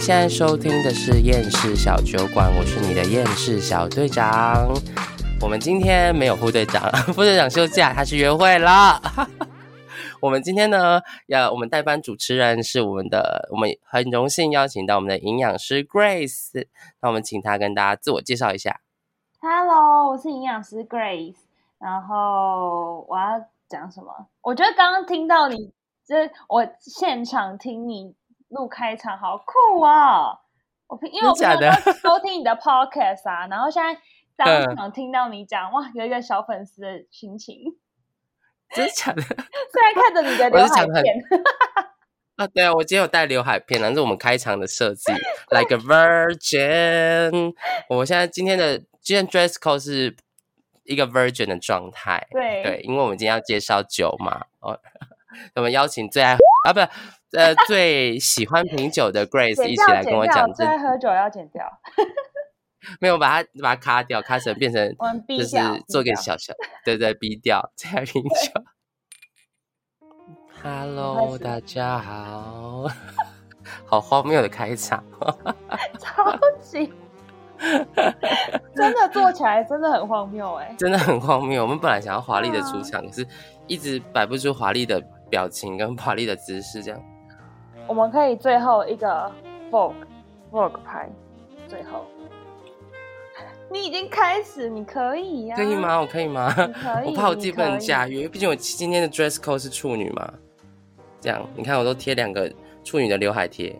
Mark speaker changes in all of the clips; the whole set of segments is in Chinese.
Speaker 1: 现在收听的是厌世小酒馆，我是你的厌世小队长。我们今天没有副队长， 副队长休假，他去约会了。 我们今天呢，要我们代班主持人是我们的，我们很荣幸邀请到我们的营养师 Grace，那我们请她跟大家自我介绍一下。
Speaker 2: Hello，我是营养师 Grace。然后我要讲什么？我觉得刚刚听到你，就是我现场听你录开场，好酷哦！我平因为我平
Speaker 1: 真假
Speaker 2: 常
Speaker 1: 的
Speaker 2: 都收听你的 podcast 啊，然后现在
Speaker 1: 嗯
Speaker 2: 当场听到你讲，哇，有一个小粉丝的心情。
Speaker 1: 真的假的？
Speaker 2: 虽然看着你的
Speaker 1: 我
Speaker 2: 刘
Speaker 1: 是
Speaker 2: 海
Speaker 1: 想很
Speaker 2: 片，
Speaker 1: 啊，对啊，我今天有带刘海片啊，这是我们开场的设计，like a virgin。我现在今天的今天 dress code 是一个 virgin 的状态，
Speaker 2: 对
Speaker 1: 对，因为我们今天要介绍酒嘛，哦， 我们邀请最爱啊，不，呃，最喜欢品酒的 Grace
Speaker 2: 剪
Speaker 1: 一
Speaker 2: 掉
Speaker 1: 起来跟
Speaker 2: 剪
Speaker 1: 我
Speaker 2: 掉，
Speaker 1: 讲
Speaker 2: 最
Speaker 1: 这，
Speaker 2: 爱喝酒要剪掉，
Speaker 1: 没有把它把它卡掉，卡成变成
Speaker 2: 我们
Speaker 1: 就
Speaker 2: 逼
Speaker 1: 是
Speaker 2: 掉，逼
Speaker 1: 做个
Speaker 2: 掉
Speaker 1: 小小，对对，逼调， 最爱品酒。Hello，
Speaker 2: 始
Speaker 1: 大家好， 好荒谬的开场。
Speaker 2: 超级， 真的做起来真的很荒谬哎、
Speaker 1: 真的很荒谬。我们本来想要华丽的
Speaker 2: 对啊
Speaker 1: 出场，可是一直摆不出华丽的表情跟华丽的姿势，这样
Speaker 2: 我们可以最后一个 vlog vlog 拍，最后。你已经开始，你可以呀、
Speaker 1: 可以？吗？我可以吗？
Speaker 2: 你可以，
Speaker 1: 我怕我
Speaker 2: 你
Speaker 1: 自己不能
Speaker 2: 可以
Speaker 1: 驾驭，毕竟我今天的 dress code 是处女嘛。这样，你看我都贴两个处女的刘海贴，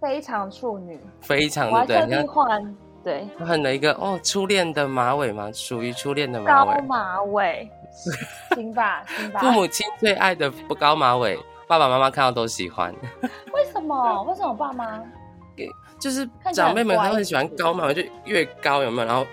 Speaker 1: 非
Speaker 2: 非常处女，
Speaker 1: 非常
Speaker 2: 我
Speaker 1: 对
Speaker 2: 还
Speaker 1: 不对？
Speaker 2: 特
Speaker 1: 你
Speaker 2: 地
Speaker 1: 看
Speaker 2: 换对
Speaker 1: 我换了一个哦，初恋的马尾嘛，属于初恋的马
Speaker 2: 高
Speaker 1: 尾，
Speaker 2: 马 尾，行吧，行吧。
Speaker 1: 父母亲最爱的高马尾，爸爸妈妈看到都喜 欢。
Speaker 2: 为什么？为什么爸妈？
Speaker 1: 就是
Speaker 2: 看起
Speaker 1: 长
Speaker 2: 来很
Speaker 1: 辈们
Speaker 2: 乖
Speaker 1: 他们很喜欢高嘛，就越高有没有？然后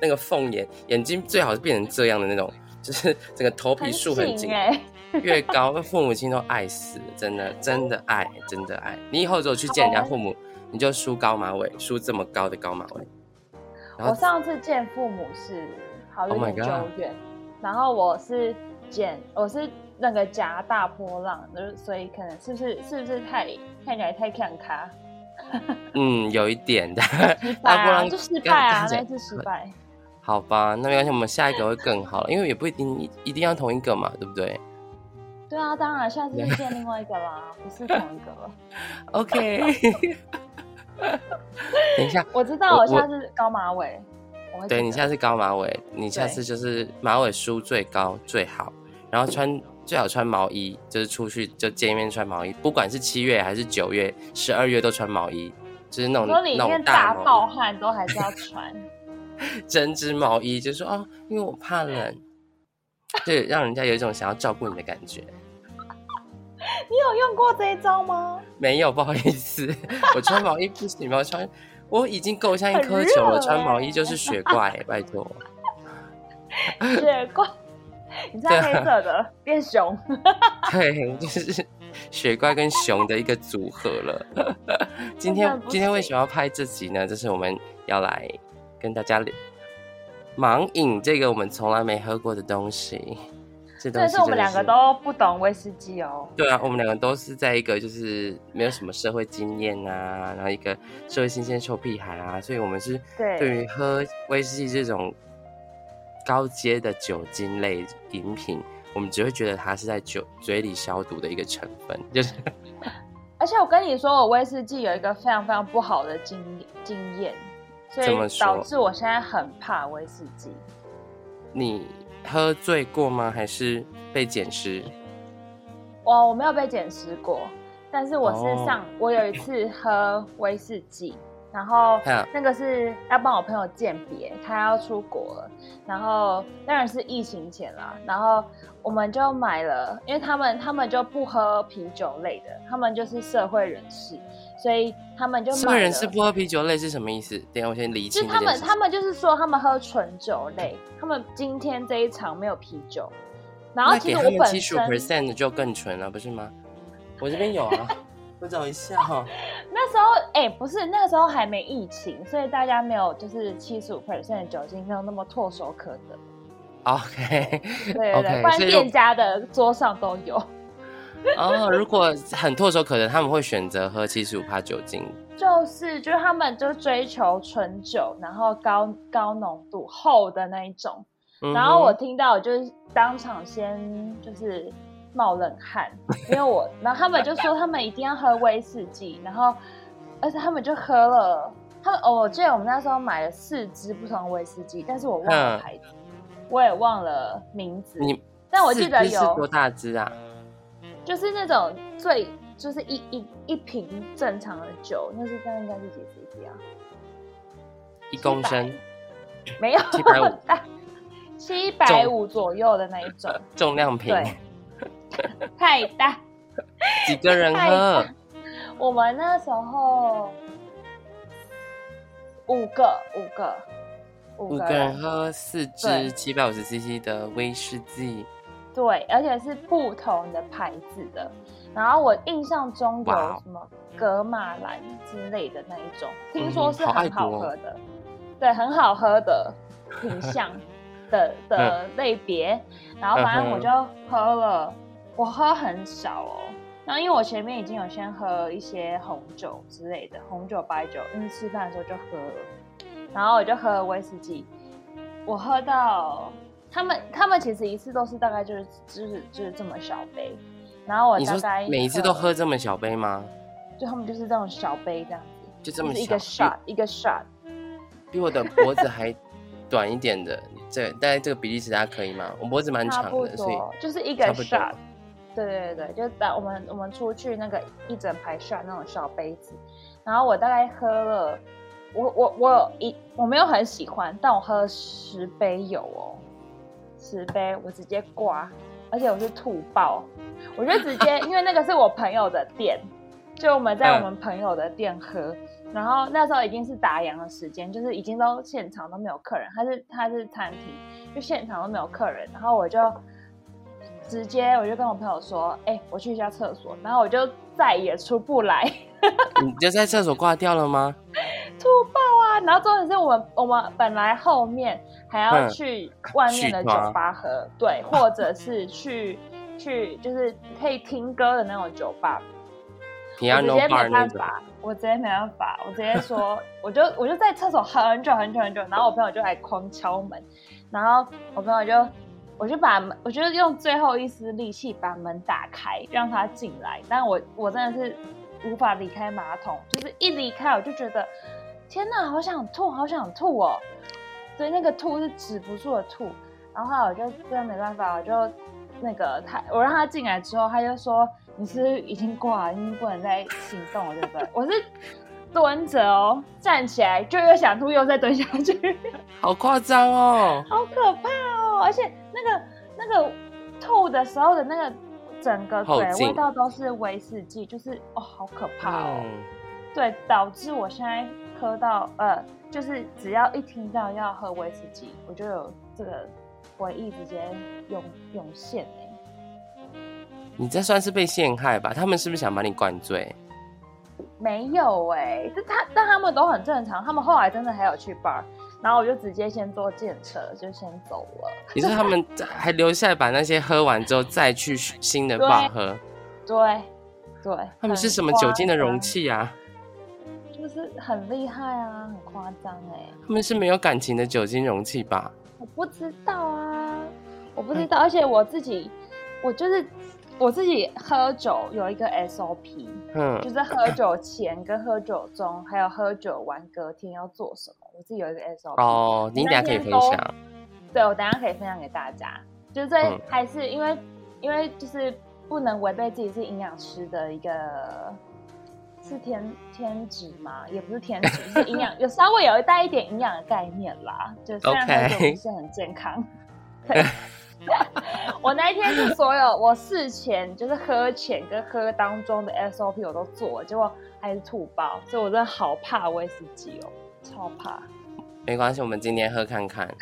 Speaker 1: 那个凤眼眼睛最好是变成这样的那种， 就是整个头皮竖很紧
Speaker 2: 紧， 哎、
Speaker 1: 越高父母亲都爱死了，真的真的爱真的爱。你以后如果去见人家父母，你就梳高马尾，梳这么高的高马尾，然后
Speaker 2: 我上次见父母是好有
Speaker 1: Oh my
Speaker 2: 点久
Speaker 1: God
Speaker 2: 远然后我是剪我是那个夹大波浪，就是所以可能是不是是不是太看起来太看咖？
Speaker 1: 嗯有一点 的，
Speaker 2: 失败
Speaker 1: 大波
Speaker 2: 啊，
Speaker 1: 浪
Speaker 2: 就失败啊
Speaker 1: 看，起来
Speaker 2: 那次失败。
Speaker 1: 好吧，那没关系，我们下一个会更好了，因为也不一定一一定要同一个嘛，对不对？
Speaker 2: 对啊，当然，下次就见另外一个啦，不是同一个了。
Speaker 1: OK，等一下，
Speaker 2: 我知道，
Speaker 1: 我
Speaker 2: 我下次高马尾，我会记
Speaker 1: 对
Speaker 2: 得
Speaker 1: 你下次高马尾，你下次就是马尾梳最高最好，然后穿最好穿毛衣，就是出去就见面穿毛衣，不管是七月还是九月、十二月都穿毛衣，就是那
Speaker 2: 我
Speaker 1: 种
Speaker 2: 说里
Speaker 1: 那
Speaker 2: 面
Speaker 1: 种大
Speaker 2: 大暴
Speaker 1: 毛
Speaker 2: 汗都还是要穿，
Speaker 1: 衣针织毛衣，就说哦，因为我怕冷，对，让人家有一种想要照顾你的感觉。
Speaker 2: 你有用过这一招 吗？
Speaker 1: 没有，不好意思， 我穿毛衣不行吗？我穿我已经够像一
Speaker 2: 很
Speaker 1: 颗球了，
Speaker 2: 热
Speaker 1: 穿毛衣
Speaker 2: 欸
Speaker 1: 就是雪怪、拜托。
Speaker 2: 雪怪，你穿黑色的变熊，
Speaker 1: 对，就是雪怪跟熊的一个组合了。今天
Speaker 2: 真的不
Speaker 1: 今天为
Speaker 2: 行
Speaker 1: 什么要拍这集呢？就是我们要来跟大家聊盲饮这个我们从来没喝过的东西。这东
Speaker 2: 但
Speaker 1: 西
Speaker 2: 是我
Speaker 1: 真
Speaker 2: 们
Speaker 1: 的
Speaker 2: 两个
Speaker 1: 是
Speaker 2: 都不懂威士忌哦。
Speaker 1: 对啊，我们两个都是在一个就是没有什么社会经验啊，然后一个社会新鲜臭屁孩啊，所以我们是
Speaker 2: 对
Speaker 1: 对于喝威士忌这种高阶的酒精类饮品，我们只会觉得它是在酒嘴里消毒的一个成分， 就是
Speaker 2: 而且我跟你说，我威士忌有一个非常非常不好的经经验，所
Speaker 1: 怎么
Speaker 2: 以
Speaker 1: 说
Speaker 2: 导致我现在很怕威士忌。
Speaker 1: 你喝醉过吗？还是被捡尸？
Speaker 2: 哇，我没有被捡尸过，但是我
Speaker 1: 哦
Speaker 2: 是上、我有一次喝威士忌，然后
Speaker 1: 嗯
Speaker 2: 那个是要帮我朋友鉴别，他要出国了，然后当然是疫情前啦，然后我们就买了，因为他们他们就不喝啤酒类的，他们就是社会人士，所以他们就
Speaker 1: 社
Speaker 2: 买
Speaker 1: 会人
Speaker 2: 了
Speaker 1: 士不喝啤酒类是什么意思？等一下我先理
Speaker 2: 就
Speaker 1: 清
Speaker 2: 是
Speaker 1: 这
Speaker 2: 他
Speaker 1: 件
Speaker 2: 们，
Speaker 1: 事情。
Speaker 2: 他们就是说他们喝纯酒类，他们今天这一场没有啤酒。然后
Speaker 1: 那
Speaker 2: 其
Speaker 1: 给
Speaker 2: 实
Speaker 1: 他
Speaker 2: 我
Speaker 1: 们
Speaker 2: 本
Speaker 1: 七十五
Speaker 2: 身
Speaker 1: percent 的就更纯了，不是吗？我这边有 啊，我找一下哈、
Speaker 2: 那时候，哎、不是那时候还没疫情，所以大家没有就是七十五 percent 的酒精没有那么唾手可得。
Speaker 1: OK，
Speaker 2: 对对对
Speaker 1: OK，
Speaker 2: 不然
Speaker 1: 所以就
Speaker 2: 店家的桌上都有。
Speaker 1: 哦，如果很唾手可得，他们会选择喝七十五帕酒精。
Speaker 2: 就是就是他们就追求纯酒，然后高高浓度厚的那一种。
Speaker 1: 嗯哼
Speaker 2: 然后我听到，我就是当场先就是冒冷 汗，因为我，然后他们就说他们一定要喝威士忌，然后而且他们就喝了，他们哦，我记得我们那时候买了四支不同的威士忌，但是我忘了
Speaker 1: 嗯
Speaker 2: 牌子，我也忘了名字，
Speaker 1: 你，
Speaker 2: 但我记得
Speaker 1: 四支是多
Speaker 2: 有
Speaker 1: 大支啊？
Speaker 2: 就是那种最就是一一一瓶正常的酒，那是这样应该是几 cc 啊？
Speaker 1: 一公 升，
Speaker 2: 没有，
Speaker 1: 750
Speaker 2: 七百五左右的那一 种，
Speaker 1: 重量瓶，
Speaker 2: 对太大。
Speaker 1: 几个人
Speaker 2: 太大
Speaker 1: 喝？
Speaker 2: 我们那时候五个，五个，
Speaker 1: 五
Speaker 2: 五
Speaker 1: 个人喝四支
Speaker 2: 对
Speaker 1: 七百五十 CC 的威士忌，
Speaker 2: 对，而且是不同的牌子的。然后我印象中有
Speaker 1: 哇哦
Speaker 2: 什么格马兰之类的那一种，听
Speaker 1: 嗯
Speaker 2: 说是
Speaker 1: 好爱
Speaker 2: 很好
Speaker 1: 国哦
Speaker 2: 喝的，对，很好喝的品相 的的类别。然后反正
Speaker 1: 嗯
Speaker 2: 我
Speaker 1: 嗯哼
Speaker 2: 就喝了，我喝很少哦。那因为我前面已经有先喝一些红酒之类的，红酒、白酒，因为吃饭的时候就喝了，然后我就喝了威士忌，我喝到他们他们其实一次都是大概就是就是就是这么小杯，然后我
Speaker 1: 你
Speaker 2: 大
Speaker 1: 说
Speaker 2: 概
Speaker 1: 每一次都喝，这么小杯吗？
Speaker 2: 就他们就是这种小杯这样子，
Speaker 1: 就这么
Speaker 2: 就是一
Speaker 1: 小
Speaker 2: 个 shot 一个 shot，
Speaker 1: 比我的脖子还短一点的，这大概这个比例尺大家可以吗？我脖子蛮
Speaker 2: 差
Speaker 1: 长
Speaker 2: 不
Speaker 1: 的，所以
Speaker 2: 多就是一个
Speaker 1: 差不多
Speaker 2: shot，对对对，就是打我们我们出去那个一整排 shot 那种小杯子，然后我大概喝了，我我我有一我没有很喜欢，但我喝了十杯有哦，十杯我直接挂，而且我是吐爆，我就直接因为那个是我朋友的店，就我们在我们朋友的店喝。然后那时候已经是打烊的时间，就是已经都现场都没有客人，他是他是餐厅，就现场都没有客人，然后我就直接我就跟我朋友说，哎、我去一下厕所，然后我就再也出不来，
Speaker 1: 你就在厕所挂掉了吗？
Speaker 2: 吐爆啊！然后重点是我们我们本来后面还要
Speaker 1: 嗯
Speaker 2: 去外面的
Speaker 1: 去
Speaker 2: 酒
Speaker 1: 吗
Speaker 2: 吧喝，对，或者是去去就是可以听歌的那种酒吧，
Speaker 1: 平
Speaker 2: 我
Speaker 1: 安
Speaker 2: 直
Speaker 1: no
Speaker 2: 接
Speaker 1: bar
Speaker 2: 没
Speaker 1: 那
Speaker 2: 办
Speaker 1: 种，
Speaker 2: 法，我直接没办法，我直接说，我就我就在厕所很久很久很久，然后我朋友就来狂敲门，然后我朋友就，我就把门，我就用最后一丝力气把门打开，让他进来，但我我真的是无法离开马桶，就是一离开我就觉得，天哪，好想吐，好想吐哦，所以那个吐是止不住的吐，然后后来我就真的没办法，我就那个他，我让他进来之后，他就说你是不是已经挂了，你已经不能再行动了，对不对？我是蹲着哦，站起来就又想吐，又再蹲下去，
Speaker 1: 好夸张哦！
Speaker 2: 好可怕哦！而且那个那个吐的时候的那个整个
Speaker 1: 后
Speaker 2: 嘴
Speaker 1: 劲
Speaker 2: 味道都是威士忌，就是哦，好可怕哦。
Speaker 1: 嗯
Speaker 2: 对，导致我现在喝到呃，就是只要一听到要喝威士忌，我就有这个回忆直接涌涌现、欸、
Speaker 1: 你这算是被陷害吧？他们是不是想把你灌 醉？
Speaker 2: 没有哎、这他但他们都很正常，他们后来真的还有去 bar，然后我就直接先坐电车就先走了。
Speaker 1: 你说他们 还留下来把那些喝完之后再去新的
Speaker 2: 对
Speaker 1: bar 喝？
Speaker 2: 对对，
Speaker 1: 他们是
Speaker 2: 很
Speaker 1: 什么酒精的
Speaker 2: 夸张
Speaker 1: 容？器啊？
Speaker 2: 就是很厉害啊，很夸张哎，
Speaker 1: 他们是没有感情的酒精容器吧？
Speaker 2: 我不知道啊，我不知道，而且我自己，我就是我自己喝酒有一个 SOP。就
Speaker 1: 嗯，
Speaker 2: 是喝酒前、跟喝酒中，还有喝酒完隔天要做什么，我自己有一个 SOP。
Speaker 1: 哦，你等一下可以分享。
Speaker 2: 对，我等一下可以分享给大家。就是这
Speaker 1: 嗯
Speaker 2: 还是因为、因为就是不能违背自己是营养师的一个是天天职嘛，也不是天职，就是营 养有稍微有带一点营养的概念啦。就虽然喝酒
Speaker 1: OK
Speaker 2: 不是很健康。对 我那一天是所有我事前就是喝前跟喝当中的 SOP 我都做了，结果还是吐爆，所以我真的好怕威士忌哦，超怕，
Speaker 1: 没关系，我们今天喝看 看，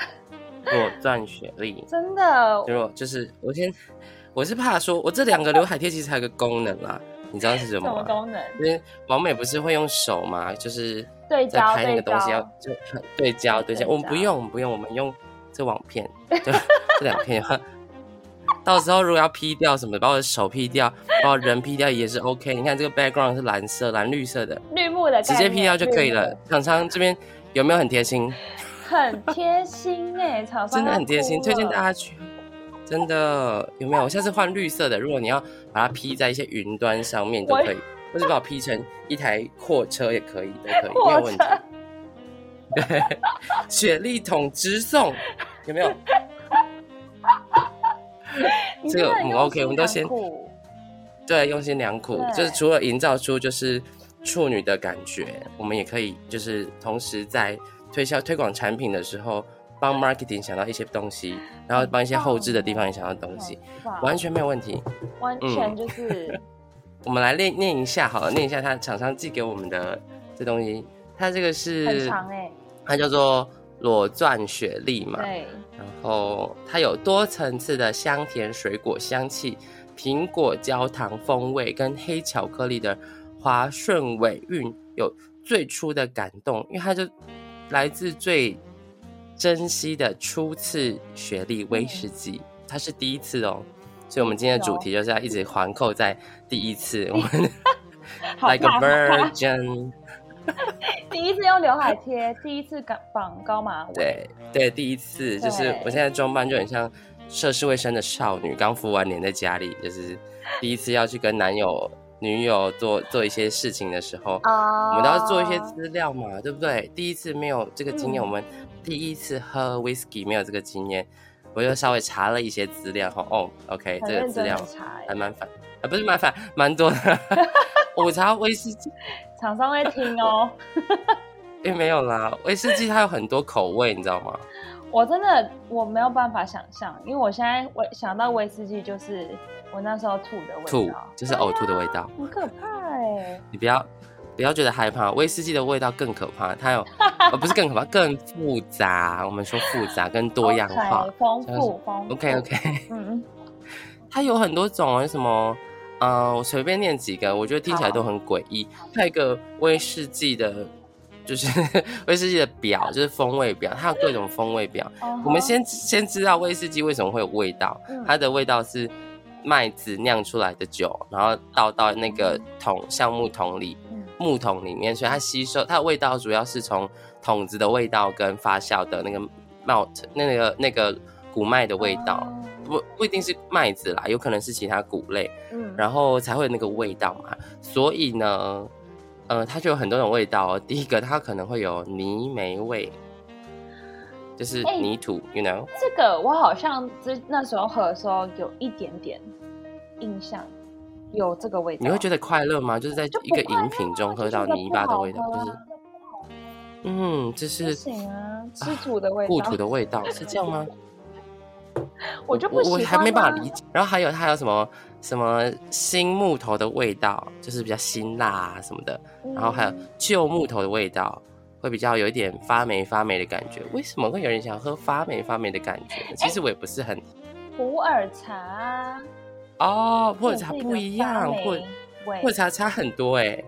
Speaker 1: 我赚雪莉。
Speaker 2: 真的。
Speaker 1: 结果就是我先，我是怕说，我这两个刘海贴其实还有个功能啦，你知道是什
Speaker 2: 什
Speaker 1: 么啊
Speaker 2: 么
Speaker 1: 吗？
Speaker 2: 功能？
Speaker 1: 就是王美不是会用手嘛，就是
Speaker 2: 对
Speaker 1: 在
Speaker 2: 焦
Speaker 1: 拍那
Speaker 2: 对
Speaker 1: 个东西要
Speaker 2: 焦，
Speaker 1: 就对焦对
Speaker 2: 对
Speaker 1: 焦，
Speaker 2: 焦
Speaker 1: 我们不用，我们不用，我们用这网片，对，这两片。 到时候如果要 P 掉什么，把我的手 P 掉，把我人 P 掉也是 OK。你看这个 background 是蓝色、蓝绿色的，
Speaker 2: 绿幕的概念，
Speaker 1: 直接 P 掉就可以
Speaker 2: 绿
Speaker 1: 了
Speaker 2: 幕，。
Speaker 1: 厂商这边有没有很贴心？
Speaker 2: 很贴心哎、厂商
Speaker 1: 真的很贴心，
Speaker 2: 都哭
Speaker 1: 推
Speaker 2: 了
Speaker 1: 荐大家去。真的有没有？我下次换绿色的，如果你要把它 P 在一些云端上面都
Speaker 2: 我
Speaker 1: 可以，或者把我 P 成一台货车也可以，都可以，没有
Speaker 2: 火
Speaker 1: 问
Speaker 2: 车
Speaker 1: 题。雪莉桶直送，有没有？
Speaker 2: 你
Speaker 1: 这个
Speaker 2: 真的很
Speaker 1: 嗯
Speaker 2: 用
Speaker 1: OK，
Speaker 2: 心
Speaker 1: 我们都
Speaker 2: 良
Speaker 1: 先
Speaker 2: 苦
Speaker 1: 对，用心良苦，
Speaker 2: 对
Speaker 1: 就是除了营造出就是处女的感觉，我们也可以就是同时在推销推广产品的时候，帮 marketing 想到一些东西，然后帮一些后置的地方也想到东西，
Speaker 2: 哇
Speaker 1: 完嗯全没有问题。
Speaker 2: 完全就是
Speaker 1: 我们来念念一下好了，念一下他厂商寄给我们的这东西，它这个
Speaker 2: 很
Speaker 1: 是
Speaker 2: 长哎、
Speaker 1: 它叫做裸钻雪莉嘛，
Speaker 2: 对，
Speaker 1: 然后它有多层次的香甜水果香气、苹果焦糖风味跟黑巧克力的滑顺尾韵，有最初的感动，因为它就来自最珍惜的初次雪莉威士忌，
Speaker 2: 嗯
Speaker 1: 它是第一次哦，所以我们今天的主题就是要一直环扣在第一次， 我们
Speaker 2: 好
Speaker 1: like a
Speaker 2: 怕好
Speaker 1: virgin。
Speaker 2: 怕第一次用刘海贴，第一次绑绑高马尾，
Speaker 1: 对对，第一次就是
Speaker 2: 对
Speaker 1: 我现在装扮就很像涉世未深的少女，刚服完年在家里，就是第一次要去跟男友、女友做做一些事情的时候，
Speaker 2: 啊，
Speaker 1: 我们都要做一些资料嘛，对不对？第一次没有这个经验，
Speaker 2: 嗯
Speaker 1: 我们第一次喝 whisky 没有这个经验，我又稍微查了一些资料，哈，哦，OK，
Speaker 2: 很
Speaker 1: 这个
Speaker 2: 认
Speaker 1: 资
Speaker 2: 真
Speaker 1: 料
Speaker 2: 的查欸
Speaker 1: 还蛮烦，啊，不是蛮烦，蛮多的。 我查威士忌，
Speaker 2: 厂商会听哦。
Speaker 1: 哎、没有啦，威士忌它有很多口味，你知道吗？
Speaker 2: 我真的我没有办法想象，因为我现在我想到威士忌就是 我那时候吐的味
Speaker 1: 吐
Speaker 2: 道，
Speaker 1: 就是呕吐的味道。
Speaker 2: 很可怕哎、
Speaker 1: 你不要不要觉得害怕，威士忌的味道更可怕，它有呃不是更可怕，更复杂。我们说复杂跟多样化
Speaker 2: OK，。丰
Speaker 1: 像是
Speaker 2: 富丰富。
Speaker 1: OK OK，
Speaker 2: 嗯，
Speaker 1: 它有很多种啊，什么呃，我随便念几个，我觉得听起来
Speaker 2: 好
Speaker 1: 都很诡异。它有一个威士忌的，就是 威士忌的表，就是风味表，它有各种风味表。
Speaker 2: 嗯
Speaker 1: 我们先先知道威士忌为什么会有味道，
Speaker 2: 嗯
Speaker 1: 它的味道是麦子酿出来的酒，然后倒到那个桶橡木桶里
Speaker 2: 嗯，
Speaker 1: 木桶里面，所以它吸收它的味道主要是从桶子的味道跟发酵的那个 malt 那个那个谷麦的味道，
Speaker 2: 哦
Speaker 1: 不不一定是麦子啦，有可能是其他谷类，
Speaker 2: 嗯，
Speaker 1: 然后才会有那个味道嘛。所以呢，呃，它就有很多种味道、哦。第一个，它可能会有泥煤味，就是
Speaker 2: 哎
Speaker 1: 泥土、y o u know。
Speaker 2: 这个我好像之那时候喝的时候有一点点印象，有这个味道。
Speaker 1: 你会觉得快乐吗？就是在
Speaker 2: 就
Speaker 1: 一
Speaker 2: 不
Speaker 1: 个
Speaker 2: 快乐
Speaker 1: 饮品中喝到
Speaker 2: 就觉得
Speaker 1: 泥巴的味道，
Speaker 2: 不好
Speaker 1: 就
Speaker 2: 喝
Speaker 1: 是
Speaker 2: 啊
Speaker 1: 嗯，这
Speaker 2: 不
Speaker 1: 是
Speaker 2: 行啊，吃土的味道，
Speaker 1: 故土的味道，是这样吗？
Speaker 2: 我就不
Speaker 1: 我我
Speaker 2: 喜欢、啊、
Speaker 1: 还没办法理解。然后还有它有什么什么新木头的味道，就是比较辛辣啊什么的。
Speaker 2: 嗯。
Speaker 1: 然后还有旧木头的味道，会比较有一点发霉发霉的感觉。为什么会有人想喝发霉发霉的感觉呢？
Speaker 2: 哎
Speaker 1: 其实我也不是很
Speaker 2: 普洱茶啊，
Speaker 1: 哦，普洱茶
Speaker 2: 这也是
Speaker 1: 不一样，
Speaker 2: 个发
Speaker 1: 普
Speaker 2: 霉
Speaker 1: 洱
Speaker 2: 味
Speaker 1: 普洱茶差很多哎、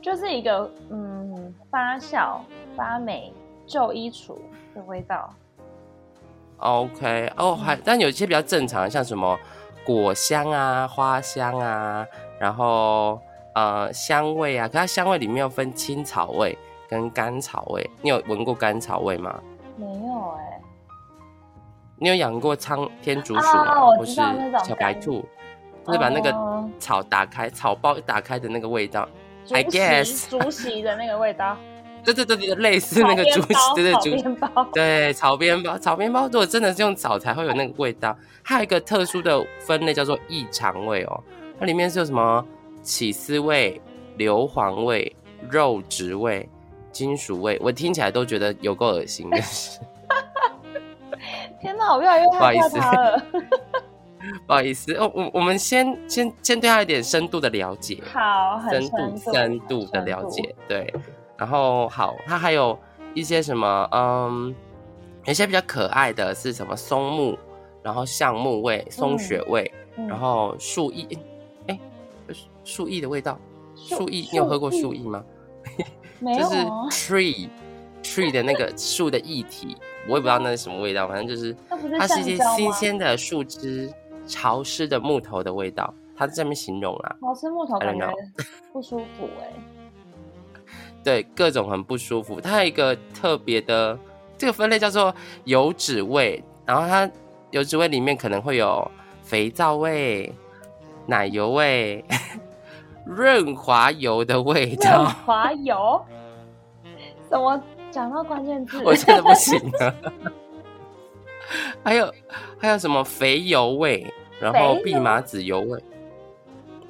Speaker 2: 就是一个嗯发酵、发霉、旧衣橱的味道。
Speaker 1: OK，哦，
Speaker 2: 嗯
Speaker 1: 还但有一些比较正常的，像什么果香啊、花香啊，然后呃香味啊，可它香味里面又分青草味跟甘草味。你有闻过甘草味吗？
Speaker 2: 没有哎、
Speaker 1: 你有养过苍天竺鼠吗？
Speaker 2: 啊我
Speaker 1: 或是
Speaker 2: 知道那种
Speaker 1: 小白
Speaker 2: 干
Speaker 1: 兔，就是把那个
Speaker 2: 哦
Speaker 1: 草打开，草包打开的那个味道。I
Speaker 2: 竹席
Speaker 1: guess
Speaker 2: 竹席的那个味道，
Speaker 1: 对对 对对，类似那个
Speaker 2: 草
Speaker 1: 竹
Speaker 2: 编包
Speaker 1: 对对
Speaker 2: 草
Speaker 1: 竹
Speaker 2: 编包，
Speaker 1: 对草编包，草编包如果真的是用草才会有那个味道。还有一个特殊的分类叫做异常味哦，它里面是有什么起司味、硫磺味、肉质味、金属味，我听起来都觉得有够恶心的。
Speaker 2: 天哪，我越来越
Speaker 1: 不好
Speaker 2: 害
Speaker 1: 意
Speaker 2: 怕
Speaker 1: 思
Speaker 2: 它了。
Speaker 1: 不好意思，哦，我我们先先先对它有点深度的了解。
Speaker 2: 好，很
Speaker 1: 深
Speaker 2: 深
Speaker 1: 度深度的了解，对。然后好，它还有一些什么，嗯，有一些比较可爱的是什么松木，然后橡木味、松雪味，
Speaker 2: 嗯
Speaker 1: 然后树叶，哎、树叶的味道，
Speaker 2: 树
Speaker 1: 树叶，你有喝过
Speaker 2: 树
Speaker 1: 树
Speaker 2: 叶
Speaker 1: 叶吗？
Speaker 2: 没
Speaker 1: 就
Speaker 2: 有
Speaker 1: 是
Speaker 2: 哦
Speaker 1: tree tree 的那个树的液体，我也不知道那是什么味道，反正就是
Speaker 2: 那不是
Speaker 1: 它是一
Speaker 2: 橡
Speaker 1: 些
Speaker 2: 胶
Speaker 1: 新
Speaker 2: 吗
Speaker 1: 鲜的树枝、潮湿的木头的味道，它在这边形容啦。
Speaker 2: 老吃木头
Speaker 1: I
Speaker 2: 感
Speaker 1: don't
Speaker 2: 觉
Speaker 1: know
Speaker 2: 不舒服 哎、
Speaker 1: 对，各种很不舒服。它还有一个特别的，这个分类叫做油脂味，然后它油脂味里面可能会有肥皂味、奶油味、 润滑油的味
Speaker 2: 润
Speaker 1: 道。
Speaker 2: 滑油， 怎么讲到关键 字？
Speaker 1: 我真的不行了。还有还有什么肥油味，然后
Speaker 2: 肥
Speaker 1: 蓖
Speaker 2: 油
Speaker 1: 麻籽油味，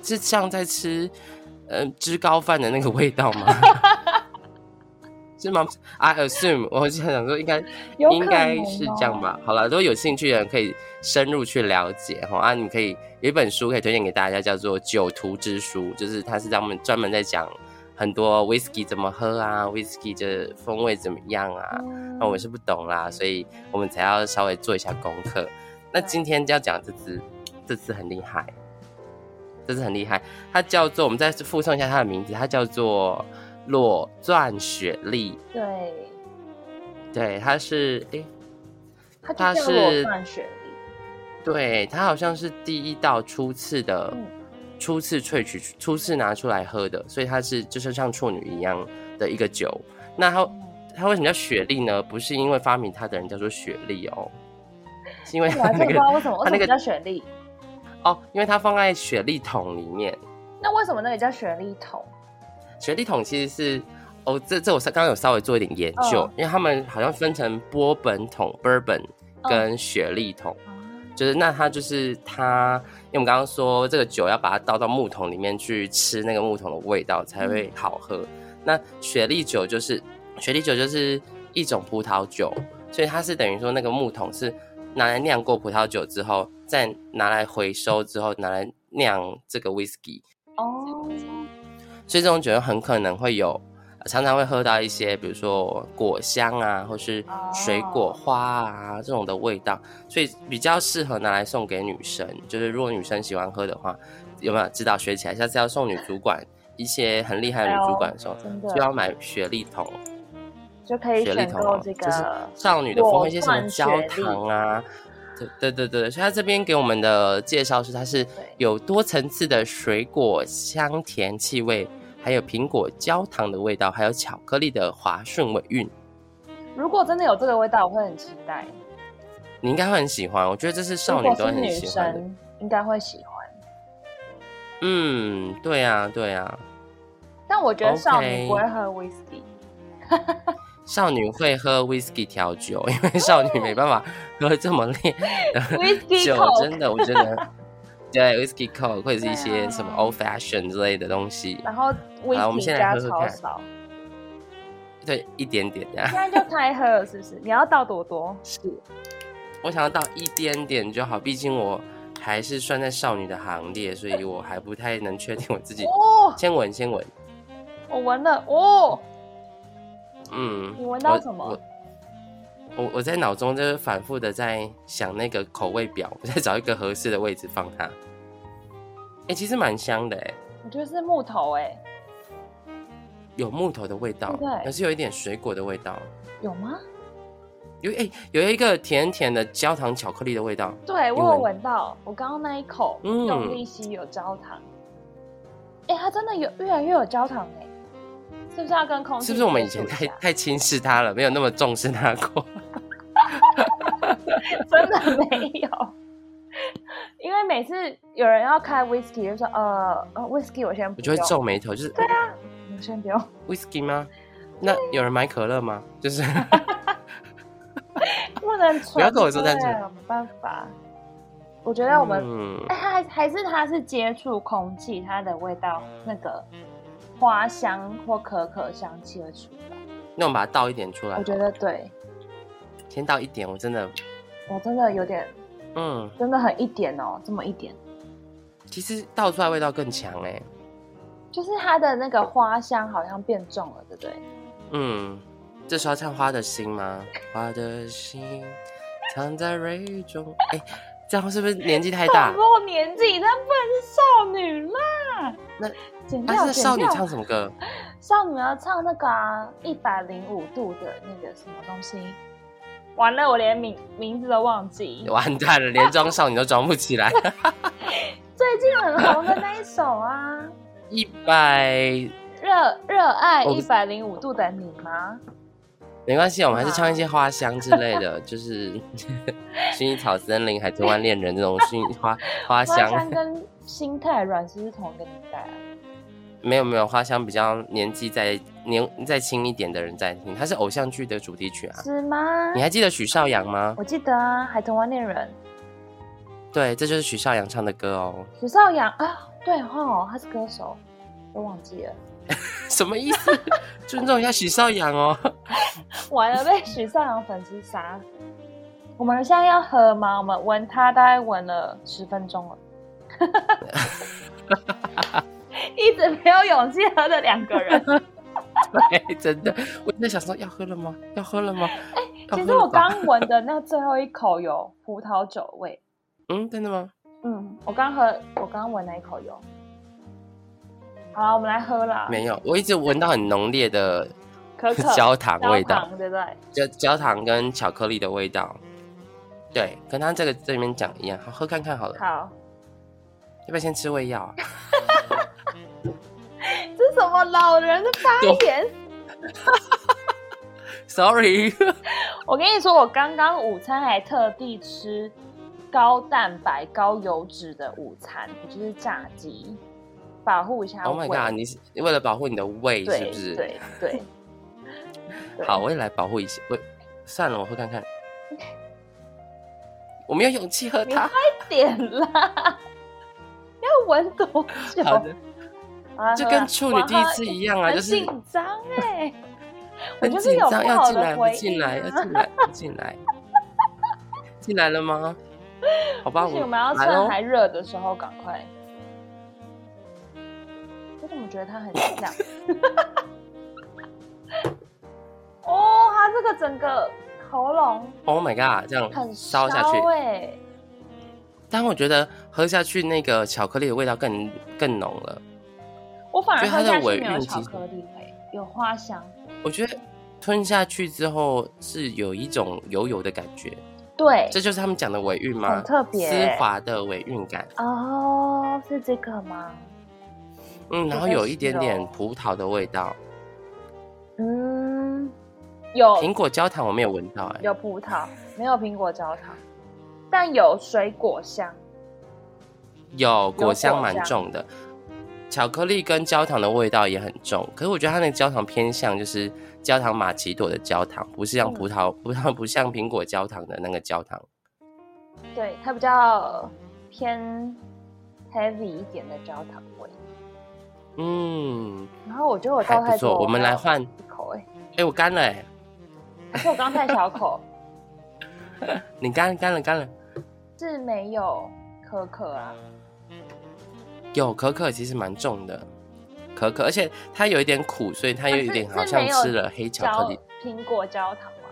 Speaker 1: 是像在吃呃芝高饭的那个味道 吗？是吗？I assume，我就想说应该
Speaker 2: 有可
Speaker 1: 应该
Speaker 2: 能
Speaker 1: 是
Speaker 2: 哦
Speaker 1: 这样吧。好了，如果有兴趣的人可以深入去了解哈啊，你可以有一本书可以推荐给大家，叫做《酒徒之书》，就是它是专门专门在讲很多 whisky 怎么喝啊，whisky 的风味怎么样啊，
Speaker 2: 嗯
Speaker 1: 那我们是不懂啦，所以我们才要稍微做一下功课。那今天要讲这只，这只很厉害，这只很厉害，它叫做我们再附送一下它的名字，它叫做裸钻雪莉。
Speaker 2: 对，
Speaker 1: 对，它是诶、
Speaker 2: 它
Speaker 1: 它
Speaker 2: 就叫裸
Speaker 1: 是
Speaker 2: 钻雪梨。
Speaker 1: 对，它好像是第一道初次的，
Speaker 2: 嗯
Speaker 1: 初次萃取、初次拿出来喝的，所以它是就是像处女一样的一个酒。那它它为什么叫雪莉呢？不是因为发明它的人叫做雪莉哦，是因为
Speaker 2: 我还
Speaker 1: 它
Speaker 2: 真
Speaker 1: 那
Speaker 2: 的不知
Speaker 1: 个
Speaker 2: 道为什么，
Speaker 1: 它
Speaker 2: 为什
Speaker 1: 那
Speaker 2: 么
Speaker 1: 个
Speaker 2: 叫雪莉？
Speaker 1: 哦，因为它放在雪莉桶里面。
Speaker 2: 那为什么那个叫雪莉桶？
Speaker 1: 雪莉桶其实是哦，这这我刚刚有稍微做一点研究，
Speaker 2: 嗯
Speaker 1: 因为他们好像分成波本桶 （bourbon）
Speaker 2: 嗯
Speaker 1: 跟雪莉桶。就是那它就是它，因为我们刚刚说这个酒要把它倒到木桶里面去吃那个木桶的味道才
Speaker 2: 嗯
Speaker 1: 会好喝。那雪莉酒就是雪莉酒就是一种葡萄酒，所以它是等于说那个木桶是拿来酿过葡萄酒之后，再拿来回收之后拿来酿这个 whisky。
Speaker 2: 哦，
Speaker 1: 所以这种酒很可能会有，呃常常会喝到一些，比如说果香啊，或是水果
Speaker 2: 哦
Speaker 1: 花啊这种的味道，所以比较适合拿来送给女生。就是如果女生喜欢喝的话，有没有知道学起来？下次要送女主管一些很厉害的女主管的时候，
Speaker 2: 哎真
Speaker 1: 就
Speaker 2: 的
Speaker 1: 要买雪莉桶，
Speaker 2: 就可以
Speaker 1: 雪莉
Speaker 2: 选
Speaker 1: 桶
Speaker 2: 购
Speaker 1: 哦
Speaker 2: 这
Speaker 1: 就是
Speaker 2: 个
Speaker 1: 少女的风味，一些什么
Speaker 2: 果
Speaker 1: 焦
Speaker 2: 断雪莉
Speaker 1: 糖啊。对对对对，所以他这边给我们的介绍是，它是有多层次的水果香甜气味，还有苹果焦糖的味道，还有巧克力的滑顺尾韵。
Speaker 2: 如果真的有这个味道，我会很期待。
Speaker 1: 你应该会很喜欢，我觉得这是
Speaker 2: 如
Speaker 1: 少女
Speaker 2: 果
Speaker 1: 都
Speaker 2: 是
Speaker 1: 很
Speaker 2: 女
Speaker 1: 喜欢的。
Speaker 2: 生，应该会喜欢。
Speaker 1: 嗯，对啊，对啊，
Speaker 2: 但我觉得少女
Speaker 1: OK
Speaker 2: 不会喝 whisky，
Speaker 1: 少女会喝 whisky 调酒，因为少女没办法喝这么烈的
Speaker 2: Whisky
Speaker 1: 酒
Speaker 2: Coke
Speaker 1: 真的，我觉得 对 whisky coke 或者是一些什么
Speaker 2: 对啊
Speaker 1: old fashion 之类的东西，
Speaker 2: 然后
Speaker 1: 我们
Speaker 2: whisky
Speaker 1: 现在
Speaker 2: 加
Speaker 1: 喝喝
Speaker 2: 超
Speaker 1: 看
Speaker 2: 少，
Speaker 1: 对，一点点的。
Speaker 2: 现在就太喝了，是不是？你要倒多多？
Speaker 1: 是， 我想要到一点点就好，毕竟我还是算在少女的行列，所以我还不太能确定我自己。
Speaker 2: 哦，
Speaker 1: 先闻，先闻，
Speaker 2: 我闻了，哦，
Speaker 1: 嗯，
Speaker 2: 你闻到
Speaker 1: 我
Speaker 2: 什么
Speaker 1: 我我我在脑中就是反复的在想那个口味表， 我在找一个合适的位置放它。哎、其实蛮香的哎、
Speaker 2: 我觉得是木头哎、
Speaker 1: 有木头的味道
Speaker 2: 对不对，
Speaker 1: 可是有一点水果的味道，
Speaker 2: 有吗？
Speaker 1: 有哎、有一个甜甜的焦糖巧克力的味道，
Speaker 2: 对
Speaker 1: 你
Speaker 2: 我有
Speaker 1: 闻
Speaker 2: 闻到，我刚刚那一口
Speaker 1: 嗯
Speaker 2: 用力吸有焦糖，哎、它真的有越来越有焦糖哎、是不是要跟空气？
Speaker 1: 是不是我们以前太太轻视它了，没有那么重视它过？
Speaker 2: 真的没有？因为每次有人要开 whisky 就说呃呃 whisky 我先不
Speaker 1: 我就会
Speaker 2: 用，
Speaker 1: 皱眉头，就是
Speaker 2: 啊我先不用，
Speaker 1: whisky 吗？那有人买可乐吗？ 就是，
Speaker 2: 不能
Speaker 1: 不要跟我说
Speaker 2: 纯
Speaker 1: 这
Speaker 2: 粹
Speaker 1: 样
Speaker 2: 没办法。我觉得我们
Speaker 1: 嗯
Speaker 2: 哎、，它还还是它是接触空气，它的味道那个花香或可可香气而出来。
Speaker 1: 那我们把它倒一点出来
Speaker 2: 我，觉得对
Speaker 1: 先倒一点，我真的，
Speaker 2: 我真的有点，
Speaker 1: 嗯，
Speaker 2: 真的很一点哦，这么一点，
Speaker 1: 其实倒出来味道更强哎、
Speaker 2: 就是它的那个花香好像变重了，对不对？
Speaker 1: 嗯，这时候要唱《花的心》吗？花的心藏在蕊中，哎、这样是不是年纪太大啊
Speaker 2: 不？过年纪，她不能是少女啦。
Speaker 1: 那啊
Speaker 2: 剪掉，
Speaker 1: 但是
Speaker 2: 剪
Speaker 1: 少女
Speaker 2: 掉
Speaker 1: 唱什么歌？
Speaker 2: 少女要唱那个啊，一百零五度的那个什么东西，完了，我连名名字都忘记。
Speaker 1: 完蛋了，连装少女都装不起来。
Speaker 2: 最近很红的那一首啊，
Speaker 1: 一百
Speaker 2: 热热爱
Speaker 1: 我
Speaker 2: 一百零五度的你吗？
Speaker 1: 没关系，我们还是唱一些花香之类的， 就是 薰衣草森林、海豚湾恋人这种薰衣 花花
Speaker 2: 花
Speaker 1: 香。
Speaker 2: 香跟心太软是不是同一个年代啊？
Speaker 1: 没有没有，花香比较年纪再年再轻一点的人在听，它是偶像剧的主题曲啊。
Speaker 2: 是吗
Speaker 1: 你？还记得许绍洋吗？
Speaker 2: 我记得啊，《海豚湾恋人
Speaker 1: 对，这就是许绍洋唱的歌哦。》
Speaker 2: 许绍洋啊，对哦，他是歌手，都忘记了。
Speaker 1: 什么意思？尊重一下许绍洋哦。
Speaker 2: 完了，被许绍洋粉丝杀死。我们现在要喝吗？我们闻它大概闻了十分钟了，一直没有勇气喝的两个人。
Speaker 1: 哎，真的，我在想说要喝了吗？要喝了吗？要
Speaker 2: 哎其
Speaker 1: 喝
Speaker 2: 实
Speaker 1: 了
Speaker 2: 我
Speaker 1: 吧
Speaker 2: 刚闻的那最后一口有葡萄酒味，
Speaker 1: 嗯，真的吗？
Speaker 2: 嗯，我刚喝，我刚闻那一口有。好了，我们来喝啦，
Speaker 1: 没有，我一直闻到很浓烈的
Speaker 2: 可可
Speaker 1: 焦糖味
Speaker 2: 焦
Speaker 1: 道，
Speaker 2: 糖对不对？
Speaker 1: 焦焦糖跟巧克力的味道。对，跟他这个这里面讲一样，好喝看看好了。
Speaker 2: 好，
Speaker 1: 要不要先吃胃药啊？
Speaker 2: 这什么老人的发言？
Speaker 1: Sorry，
Speaker 2: 我跟你说，我刚刚午餐还特地吃高蛋白、高油脂的午餐，就是炸鸡，保护一下
Speaker 1: Oh
Speaker 2: 胃。
Speaker 1: my god！你是你为了保护你的胃是
Speaker 2: 对
Speaker 1: 不是？
Speaker 2: 对对，对
Speaker 1: 好，我也来保护一下胃。算了，我喝看看。我没有勇气喝它。
Speaker 2: 点啦， 要闻多久？
Speaker 1: 好的，
Speaker 2: 好啦
Speaker 1: 就
Speaker 2: 喝啦
Speaker 1: 跟处女第一次一样啊，
Speaker 2: 很
Speaker 1: 就是啊
Speaker 2: 紧张 哎，我
Speaker 1: 很
Speaker 2: 就是
Speaker 1: 紧
Speaker 2: 有
Speaker 1: 张，
Speaker 2: 不
Speaker 1: 要
Speaker 2: 好
Speaker 1: 进
Speaker 2: 的
Speaker 1: 来，不
Speaker 2: 回
Speaker 1: 进
Speaker 2: 忆
Speaker 1: 来，要
Speaker 2: 啊
Speaker 1: 进来，不进来。进来了吗？好吧，
Speaker 2: 不行，我们要
Speaker 1: 来喽
Speaker 2: 趁。还热的时候赶快。我怎么觉得它很像？ 哦，它这个整个喉咙
Speaker 1: Oh my god！这样
Speaker 2: 很
Speaker 1: 烧下去，
Speaker 2: 哎、
Speaker 1: 但我觉得喝下去那个巧克力的味道更更浓了。
Speaker 2: 我反
Speaker 1: 觉
Speaker 2: 而
Speaker 1: 得它
Speaker 2: 喝
Speaker 1: 的
Speaker 2: 下去
Speaker 1: 尾
Speaker 2: 没有
Speaker 1: 韵
Speaker 2: 巧
Speaker 1: 其实
Speaker 2: 克力味，有花香。
Speaker 1: 我觉得吞下去之后是有一种油油的感觉，
Speaker 2: 对，
Speaker 1: 这就是他们讲的尾韵吗？
Speaker 2: 很特别
Speaker 1: 丝滑的尾韵感，
Speaker 2: 哦，是这个吗？
Speaker 1: 嗯，然后有一点点葡萄的味道，
Speaker 2: 嗯，有
Speaker 1: 苹果焦糖我没有闻到、哎，
Speaker 2: 有葡萄，没有苹果焦糖，但有水果香。
Speaker 1: 有果香
Speaker 2: 果
Speaker 1: 蛮
Speaker 2: 香
Speaker 1: 重的，巧克力跟焦糖的味道也很重，可是我觉得它那个焦糖偏向就是焦糖玛奇朵的焦糖，不是像
Speaker 2: 嗯
Speaker 1: 葡萄、葡萄不像苹果焦糖的那个焦糖，
Speaker 2: 对，它比较偏 heavy 一点的焦糖味。
Speaker 1: 嗯，
Speaker 2: 然后我觉得我
Speaker 1: 还
Speaker 2: 倒
Speaker 1: 不
Speaker 2: 太多，
Speaker 1: 错，我们来换，
Speaker 2: 一口哎、
Speaker 1: 哎、我干了、哎，
Speaker 2: 还是我刚太小口，
Speaker 1: 你干干了干了。
Speaker 2: 是没有可可啊，
Speaker 1: 有可可其实蛮重的，可可，而且它有一点苦，所以它又有一点
Speaker 2: 呃是
Speaker 1: 好
Speaker 2: 啊是
Speaker 1: 像
Speaker 2: 没有
Speaker 1: 吃了黑
Speaker 2: 焦
Speaker 1: 巧克力，
Speaker 2: 苹果焦糖嘛。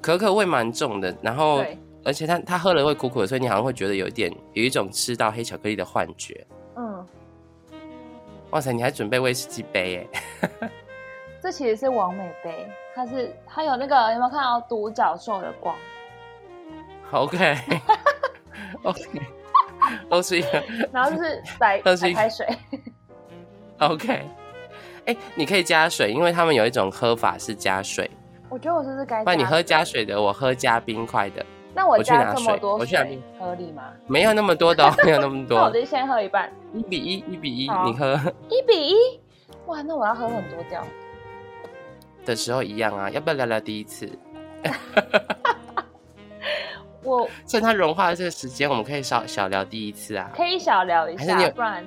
Speaker 1: 可可味蛮重的。然后，
Speaker 2: 对，
Speaker 1: 而且它它喝了会苦苦的，所以你好像会觉得有一点有一种吃到黑巧克力的幻觉。
Speaker 2: 嗯，
Speaker 1: 哇塞，你还准备威士忌杯哎耶？
Speaker 2: 这其实是王美杯，它是它有那个有没有看到独角兽的光？
Speaker 1: OK OK，都是一个
Speaker 2: 然后就是 白
Speaker 1: 它是
Speaker 2: 白
Speaker 1: 一个
Speaker 2: 开水，
Speaker 1: OK。哎、 你可以加水，因为他们有一种喝法是加水。
Speaker 2: 我觉得我是不是该
Speaker 1: 不然你
Speaker 2: 加
Speaker 1: 喝加水的，我喝加冰块的，
Speaker 2: 那我
Speaker 1: 我去
Speaker 2: 加
Speaker 1: 拿
Speaker 2: 这么
Speaker 1: 水
Speaker 2: 多
Speaker 1: 我去拿
Speaker 2: 水
Speaker 1: 冰
Speaker 2: 合理吗？
Speaker 1: 没有那么多的、 哦，没有那么
Speaker 2: 那我
Speaker 1: 多，
Speaker 2: 就先喝一半，
Speaker 1: 一比一，一比一，
Speaker 2: 好
Speaker 1: 你喝。
Speaker 2: 一比一。哇，那我要喝很多掉。
Speaker 1: 的时候一样啊，要不要聊聊第一次？
Speaker 2: 我
Speaker 1: 趁它融化的这个时间，我们可以少小聊第一次啊。
Speaker 2: 可以小聊一
Speaker 1: 还是你
Speaker 2: 下
Speaker 1: 有，
Speaker 2: 不然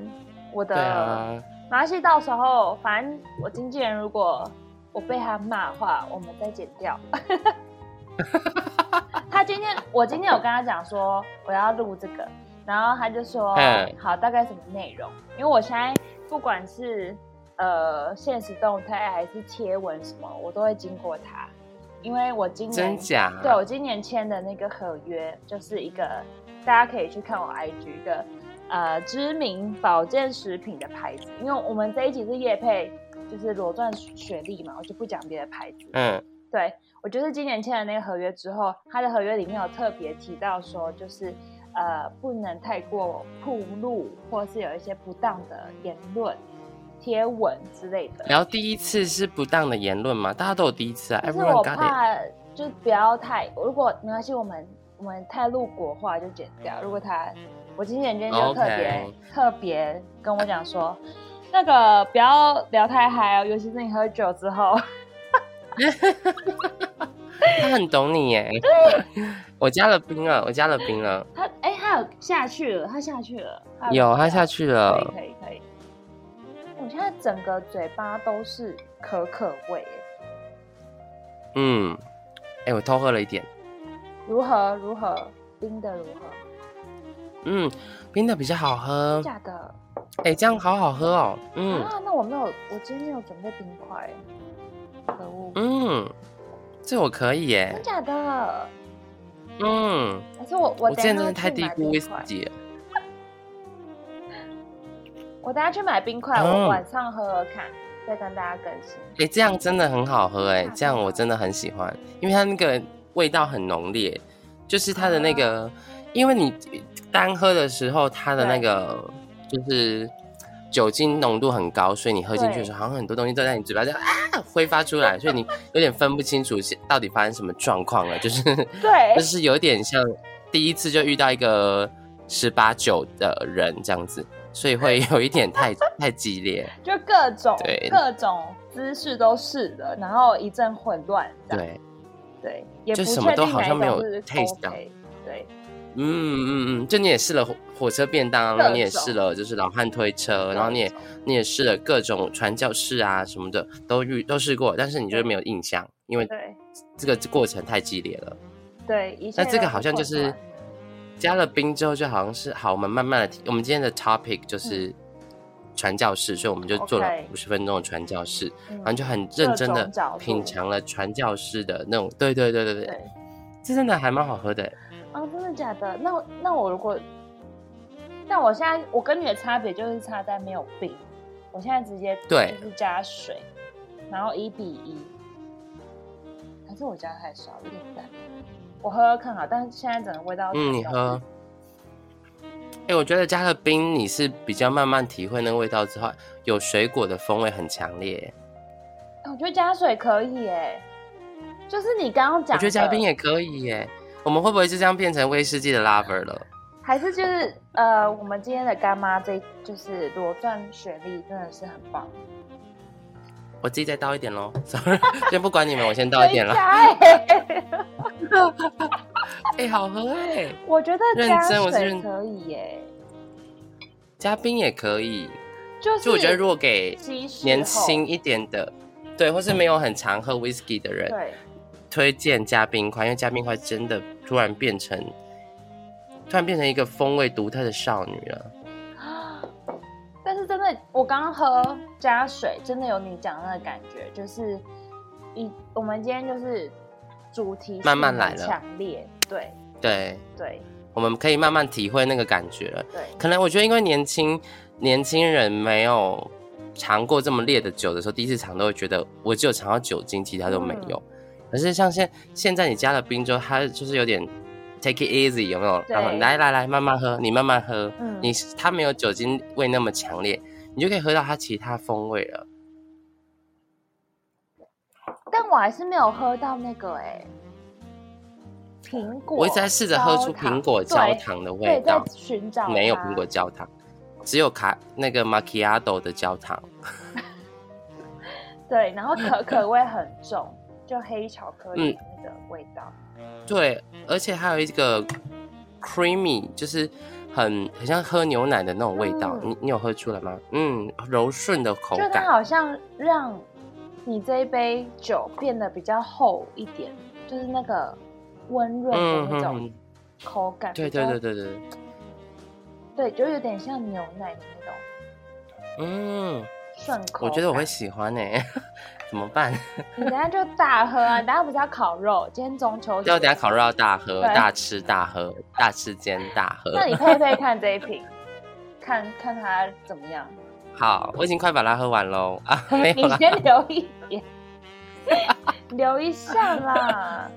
Speaker 2: 我
Speaker 1: 对
Speaker 2: 的嗯
Speaker 1: 啊，
Speaker 2: 马来西亚到时候，反正我经纪人如果我被他骂的话，我们再剪掉。 他今天我今天有跟他讲说我要录这个，然后他就说
Speaker 1: 嗯
Speaker 2: 好，大概什么内容？因为我现在不管是呃现实动态还是贴文什么，我都会经过他，因为我今年
Speaker 1: 真假？
Speaker 2: 对我今年签的那个合约，就是一个大家可以去看我 IG 的呃知名保健食品的牌子，因为我们这一集是叶配，就是裸钻雪莉嘛，我就不讲别的牌子。
Speaker 1: 嗯，
Speaker 2: 对我就是今年签了那个合约之后，他的合约里面有特别提到说，就是呃不能太过铺路，或是有一些不当的言论、贴文之类的。
Speaker 1: 然后第一次是不当的言论嘛，大家都有第一次啊
Speaker 2: 可是
Speaker 1: ，everyone
Speaker 2: 我
Speaker 1: got it。
Speaker 2: 怕就是不要太，如果没关系，我们我们太露骨化就剪掉。如果他，我经纪人今天就特别
Speaker 1: OK
Speaker 2: 特别跟我讲说，那个不要聊太嗨哦，尤其是你喝酒之后。
Speaker 1: 他很懂你 耶。我加了冰了，我加了冰了。
Speaker 2: 他哎、他有下去了，他下去了，
Speaker 1: 有，他下去
Speaker 2: 可以
Speaker 1: 了。
Speaker 2: 可以可以。我现在整个嘴巴都是可可味耶，
Speaker 1: 嗯，哎、我偷喝了一点。
Speaker 2: 如何如何冰的如何？
Speaker 1: 嗯，冰的比较好喝。
Speaker 2: 假的、
Speaker 1: 哎、这样好好喝哦。嗯
Speaker 2: 啊？那我没有，我今天没有准备冰块，可恶！
Speaker 1: 嗯，这我可以耶
Speaker 2: 真。假的？
Speaker 1: 嗯，
Speaker 2: 还是我我
Speaker 1: 我
Speaker 2: 等
Speaker 1: 之
Speaker 2: 一下
Speaker 1: 前真的太
Speaker 2: 去
Speaker 1: 低
Speaker 2: 买
Speaker 1: 估威
Speaker 2: 冰
Speaker 1: 士
Speaker 2: 块，
Speaker 1: 忌了。
Speaker 2: 我等一下去买冰块，
Speaker 1: 嗯
Speaker 2: 我晚上喝喝看，再跟大家更新。
Speaker 1: 哎、这样真的很好喝哎，这样我真的很喜欢，因为它那个味道很浓烈，就是它
Speaker 2: 啊
Speaker 1: 的那个，因为你单喝的时候，它的那个就是酒精浓度很高，所以你喝进去的时候，好像很多东西都在你嘴巴就啊挥发出来，所以你有点分不清楚是到底发生什么状况了，就是
Speaker 2: 对
Speaker 1: 就，是有点像第一次就遇到一个十八九的人这样子，所以会有一点 太太激烈，
Speaker 2: 就各种
Speaker 1: 对
Speaker 2: 各种姿势都试了，然后一阵混乱。这样
Speaker 1: 对。
Speaker 2: 对，也
Speaker 1: 就
Speaker 2: 不
Speaker 1: 什么
Speaker 2: 确
Speaker 1: 都
Speaker 2: 定
Speaker 1: 好
Speaker 2: 哪一
Speaker 1: 像没
Speaker 2: 种
Speaker 1: 有
Speaker 2: 是
Speaker 1: taste 到
Speaker 2: OK。对，
Speaker 1: 嗯嗯嗯，就你也试了火火车便当，
Speaker 2: 各
Speaker 1: 然后你也
Speaker 2: 种
Speaker 1: 试了就是老汉推车，呃然后你也你也试了各种传教士啊什么的，都遇都试过，但是你就是没有印象，因为
Speaker 2: 对
Speaker 1: 这个过程太激烈了。
Speaker 2: 对，一切
Speaker 1: 那这
Speaker 2: 都
Speaker 1: 个好像就
Speaker 2: 混
Speaker 1: 是
Speaker 2: 乱
Speaker 1: 加了冰之后，就好像是好，我们慢慢的，我们今天的 topic 就是传教士，所以我们就做了
Speaker 2: 嗯 OK
Speaker 1: 五十分钟的传教士，
Speaker 2: 嗯
Speaker 1: 然后就很认真
Speaker 2: 各
Speaker 1: 的
Speaker 2: 种角度
Speaker 1: 品尝了传教士的那种，对对对对对，
Speaker 2: 对
Speaker 1: 这真的还蛮好喝的。
Speaker 2: 啊，真的假的？那那我如果，但我现在我跟你的差别就是差在没有冰，我现在直接
Speaker 1: 对
Speaker 2: 就是加水，然后一比一，还是我加太少，有点淡。我喝喝看好，但是现在整个味道
Speaker 1: 嗯，你喝。哎、我觉得加了冰，你是比较慢慢体会那个味道之后，有水果的风味很强烈。
Speaker 2: 哎我觉得加水可以耶，就是你刚刚
Speaker 1: 我
Speaker 2: 讲，
Speaker 1: 觉得加冰也可以耶。我们会不会就这样变成威士忌的 lover 了？
Speaker 2: 还是就是呃，我们今天的干妈这就是裸钻雪莉真的是很棒，
Speaker 1: 我自己再倒一点喽，sorry，先 不管你们，我先倒一点了。
Speaker 2: 了。
Speaker 1: 哎、好喝哎，
Speaker 2: 我觉得
Speaker 1: 认
Speaker 2: 加
Speaker 1: 真我是
Speaker 2: 水
Speaker 1: 认
Speaker 2: 可以耶，
Speaker 1: 加冰也可以。
Speaker 2: 就是
Speaker 1: 就我觉得如果给
Speaker 2: 稀释
Speaker 1: 年
Speaker 2: 后
Speaker 1: 轻一点的，对，或是没有很常喝 whisky 的人，
Speaker 2: 对
Speaker 1: 推荐加冰块，因为加冰块真的突然变成，突然变成一个风味独特的少女了。
Speaker 2: 啊，但是真的我刚刚喝加水，真的有你讲的那个感觉，就是一我们今天就是主题性
Speaker 1: 慢慢来
Speaker 2: 很
Speaker 1: 了
Speaker 2: 强烈，对
Speaker 1: 对，
Speaker 2: 对
Speaker 1: 我们可以慢慢体会那个感觉了。
Speaker 2: 对
Speaker 1: 可能我觉得，因为年轻年轻人没有尝过这么烈的酒的时候，第一次尝都会觉得我只有尝到酒精，其他都没有。
Speaker 2: 嗯
Speaker 1: 可是像现现在你加了冰之后，它就是有点 take it easy，有没有？
Speaker 2: 对
Speaker 1: 然后来来来，慢慢喝，你慢慢喝，
Speaker 2: 嗯
Speaker 1: 你它没有酒精味那么强烈，你就可以喝到它其他风味了。
Speaker 2: 但我还是没有喝到那个哎、苹果，
Speaker 1: 我一直在试着喝出
Speaker 2: 焦糖
Speaker 1: 苹果
Speaker 2: 对
Speaker 1: 焦糖的味
Speaker 2: 对，在
Speaker 1: 道，
Speaker 2: 寻找啊
Speaker 1: 没有
Speaker 2: 它
Speaker 1: 苹果焦糖，只有卡那个 macchiato 的焦糖。
Speaker 2: 对，然后可可味很重，就黑巧克
Speaker 1: 嗯
Speaker 2: 力的那个味道，
Speaker 1: 对，而且还有一个 creamy，就是很很像喝牛奶的那种味道。
Speaker 2: 嗯
Speaker 1: 你你有喝出来吗？嗯，柔顺的口
Speaker 2: 就它
Speaker 1: 感。
Speaker 2: 好像让你这一杯酒变得比较厚一点，就是那个温润的那种
Speaker 1: 嗯，
Speaker 2: 口感。
Speaker 1: 对
Speaker 2: 比较
Speaker 1: 对对对对，
Speaker 2: 对，就有点像牛奶的那种
Speaker 1: 嗯，
Speaker 2: 顺口
Speaker 1: 我
Speaker 2: 感。
Speaker 1: 觉得我会喜欢呢、 怎么办？
Speaker 2: 你等下就大喝啊！你等下不是要烤肉？今天中秋节
Speaker 1: 要等下烤肉，要大喝、
Speaker 2: 对
Speaker 1: 大吃、大喝、大吃兼大喝。
Speaker 2: 那你配配看这 一瓶，看看它怎么样。
Speaker 1: 好，我已经快把它喝完喽啊，没有
Speaker 2: 你
Speaker 1: 啦。
Speaker 2: 先留一点，留一下啦。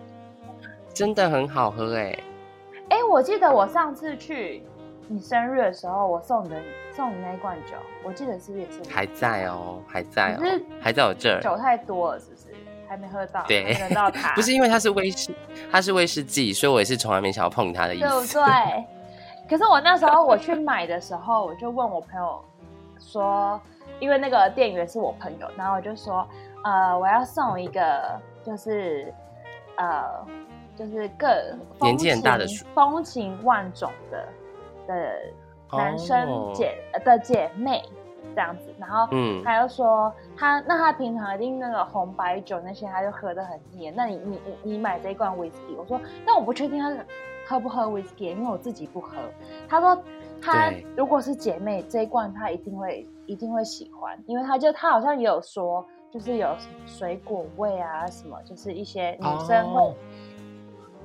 Speaker 1: 真的很好喝哎、
Speaker 2: 哎、我记得我上次去你生日的时候，我送的送你那一罐酒，我记得是不是也是你
Speaker 1: 还在哦，还在
Speaker 2: 可
Speaker 1: 哦
Speaker 2: 是，
Speaker 1: 还在我这儿。
Speaker 2: 酒太多了，是不是？还没喝到，
Speaker 1: 对
Speaker 2: 还没轮 到他，
Speaker 1: 不是因为它是威士，它是威士忌，所以我也是从来没想要碰它的意
Speaker 2: 对不
Speaker 1: 思。
Speaker 2: 对？可是我那时候我去买的时候，我就问我朋友说，因为那个店员是我朋友，然后我就说，呃，我要送一个，就是呃，就是各风
Speaker 1: 年纪很大的
Speaker 2: 情
Speaker 1: 叔
Speaker 2: 风情万种的的男生
Speaker 1: 哦
Speaker 2: 姐、呃的姐妹这样子，然后
Speaker 1: 嗯
Speaker 2: 他又说他那他平常一定那个红白酒那些他就喝的很烈，那你你你你买这一罐 whisky，我说但我不确定他喝不喝 whisky，因为我自己不喝。他说他
Speaker 1: 对
Speaker 2: 如果是姐妹这一罐他一定会一定会喜欢，因为他就他好像也有说就是有水果味啊什么，就是一些女生会
Speaker 1: 哦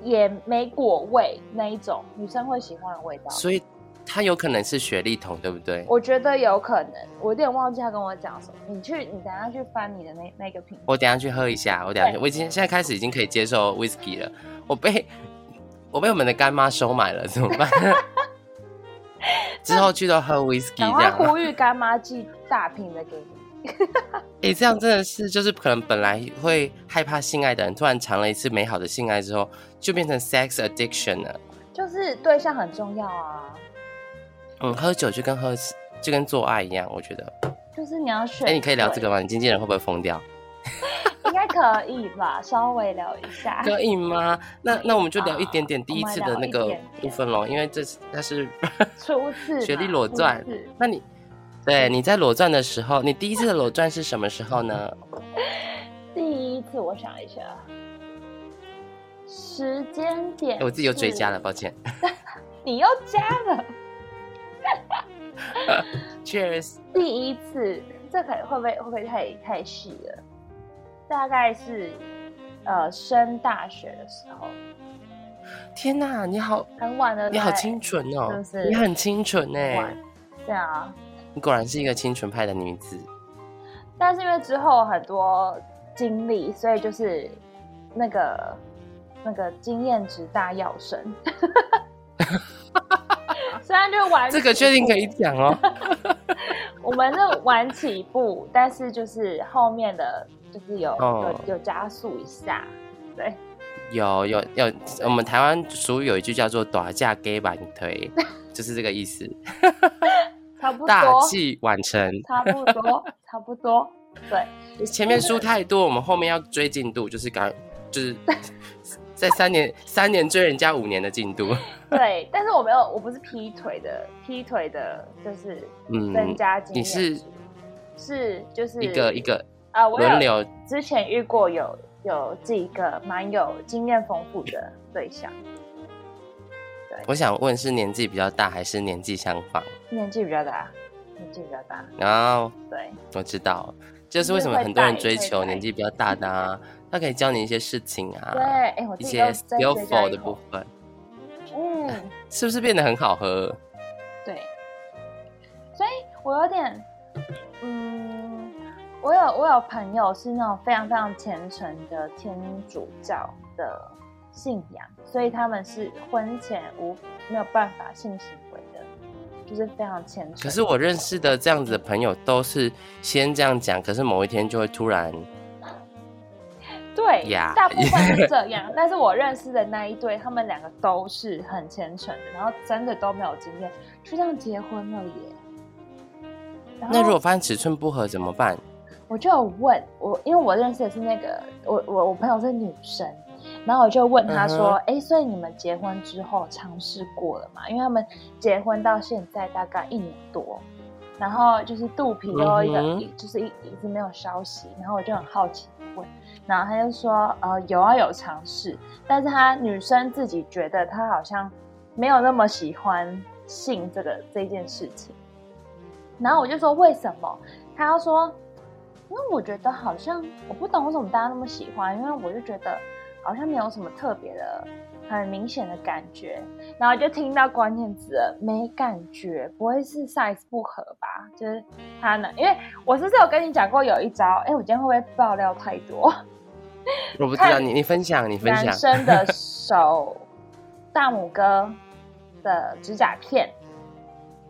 Speaker 2: 野莓果味那一种女生会喜欢的味道。
Speaker 1: 所以它有可能是雪莉桶，对不对？我
Speaker 2: 我觉得有可能，我有点忘记他跟我讲什么。你去，你等一下去翻你的那那个瓶子。
Speaker 1: 等一下去喝一下，我等一下去，
Speaker 2: 对
Speaker 1: 我已经现在开始已经可以接受 whisky 了。我被我被我们的干妈收买了，怎么办？ 之后去都喝 whisky
Speaker 2: 赶
Speaker 1: 这
Speaker 2: 快
Speaker 1: 样。
Speaker 2: 呼吁干妈寄大瓶的给你。
Speaker 1: 哎、这样真的是，就是可能本来会害怕性爱的人，突然尝了一次美好的性爱之后，就变成 sex addiction 了。
Speaker 2: 就是对象很重要啊，
Speaker 1: 嗯，喝酒就跟喝就跟做爱一样，我觉得。
Speaker 2: 就是你要选。
Speaker 1: 哎、你可以聊这个？吗？你经纪人会不会疯掉？
Speaker 2: 应该可以吧，稍微聊 一下。
Speaker 1: 可以吗？那那我们就聊
Speaker 2: 啊
Speaker 1: 一点点第一次的那
Speaker 2: 我们
Speaker 1: 个
Speaker 2: 聊一点点
Speaker 1: 部分咯，因为这是那 是，
Speaker 2: 初次嘛
Speaker 1: 学历裸钻
Speaker 2: 初次
Speaker 1: 那你对你在裸钻的时候，你第一次的裸钻是什么时候 呢？
Speaker 2: 第一次，我想一下，时间点
Speaker 1: 哎，我自己又追加了，，抱歉。
Speaker 2: 你又加了。
Speaker 1: Cheers。
Speaker 2: 第一次，这可会不会会不会太太细了？大概是呃升大学的时候，
Speaker 1: 天哪，你好，
Speaker 2: 很晚了，
Speaker 1: 你好清纯哦，
Speaker 2: 是不是
Speaker 1: 你很清纯哎、
Speaker 2: 晚对啊。
Speaker 1: 你果然是一个清纯派的女子。
Speaker 2: 但是因为之后很多经历，所以就是那个那个经验值大要升。 虽然就玩
Speaker 1: 这个确定可以讲哦。
Speaker 2: 我们是晚起步，但是就是后面的就是有、
Speaker 1: 哦
Speaker 2: 有有加速一下，对。
Speaker 1: 有有有，我们台湾俗语有一句叫做“打架给板腿”， 就是这个意思。
Speaker 2: 差不多，
Speaker 1: 大器晚成，
Speaker 2: 差不多，差不多，对，
Speaker 1: 前面输太多，我们后面要追进度，就是赶，就是 在三年三年追人家五年的进度。
Speaker 2: 对，但是我没有，我不是劈腿的，劈腿的就是增
Speaker 1: 嗯，
Speaker 2: 加经验、
Speaker 1: 你是
Speaker 2: 是就是
Speaker 1: 一个一个
Speaker 2: 啊、我有
Speaker 1: 轮流，
Speaker 2: 之前遇过有有几个蛮有经验丰富的对象，
Speaker 1: 我想问是年纪比较大还是年纪相仿？
Speaker 2: 年纪比较大，年纪比较大，
Speaker 1: 然后
Speaker 2: 对，
Speaker 1: 我知道，这就是为什么很多人追求年纪比较大的啊，他可以教你一些事情
Speaker 2: 对，
Speaker 1: 啊，
Speaker 2: 哎、我
Speaker 1: 一
Speaker 2: 自己
Speaker 1: 些
Speaker 2: 都再追加
Speaker 1: skillful
Speaker 2: 一
Speaker 1: 的
Speaker 2: 口
Speaker 1: 部分，
Speaker 2: 嗯，
Speaker 1: 是不是变得很好喝？
Speaker 2: 对，所以我有点，嗯，我有我有朋友是那种非常非常虔诚的天主教的信仰，所以他们是婚前无没有办法性行为的，就是非常虔诚。
Speaker 1: 可是我认识的这样子的朋友都是先这样讲，可是某一天就会突然
Speaker 2: 对
Speaker 1: 呀
Speaker 2: 大部分是这样，但是我认识的那一对，他们两个都是很虔诚的，然后真的都没有经验，就这样结婚了耶。然后
Speaker 1: 那如果发现尺寸不合怎么办？
Speaker 2: 我就有问我，因为我认识的是那个我我我朋友是女生，然后我就问她说
Speaker 1: 嗯：“
Speaker 2: 哎、所以你们结婚之后尝试过了吗？因为他们结婚到现在大概一年多，然后就是肚皮都一个、
Speaker 1: 嗯哼
Speaker 2: 一就是一一直没有消息，然后我就很好奇地问，然后她就说：呃，有啊有尝试，但是她女生自己觉得她好像没有那么喜欢性这个这件事情。”然后我就说为什么？他要说，因为我觉得好像我不懂为什么大家那么喜欢，因为我就觉得好像没有什么特别的、很明显的感觉。然后就听到关键词了没感觉，不会是 size 不合吧？就是他呢，因为我是不是有跟你讲过有一招？哎，我今天会不会爆料太多？
Speaker 1: 我不知道你你分享你分
Speaker 2: 男
Speaker 1: 享，
Speaker 2: 生的手大拇哥的指甲片，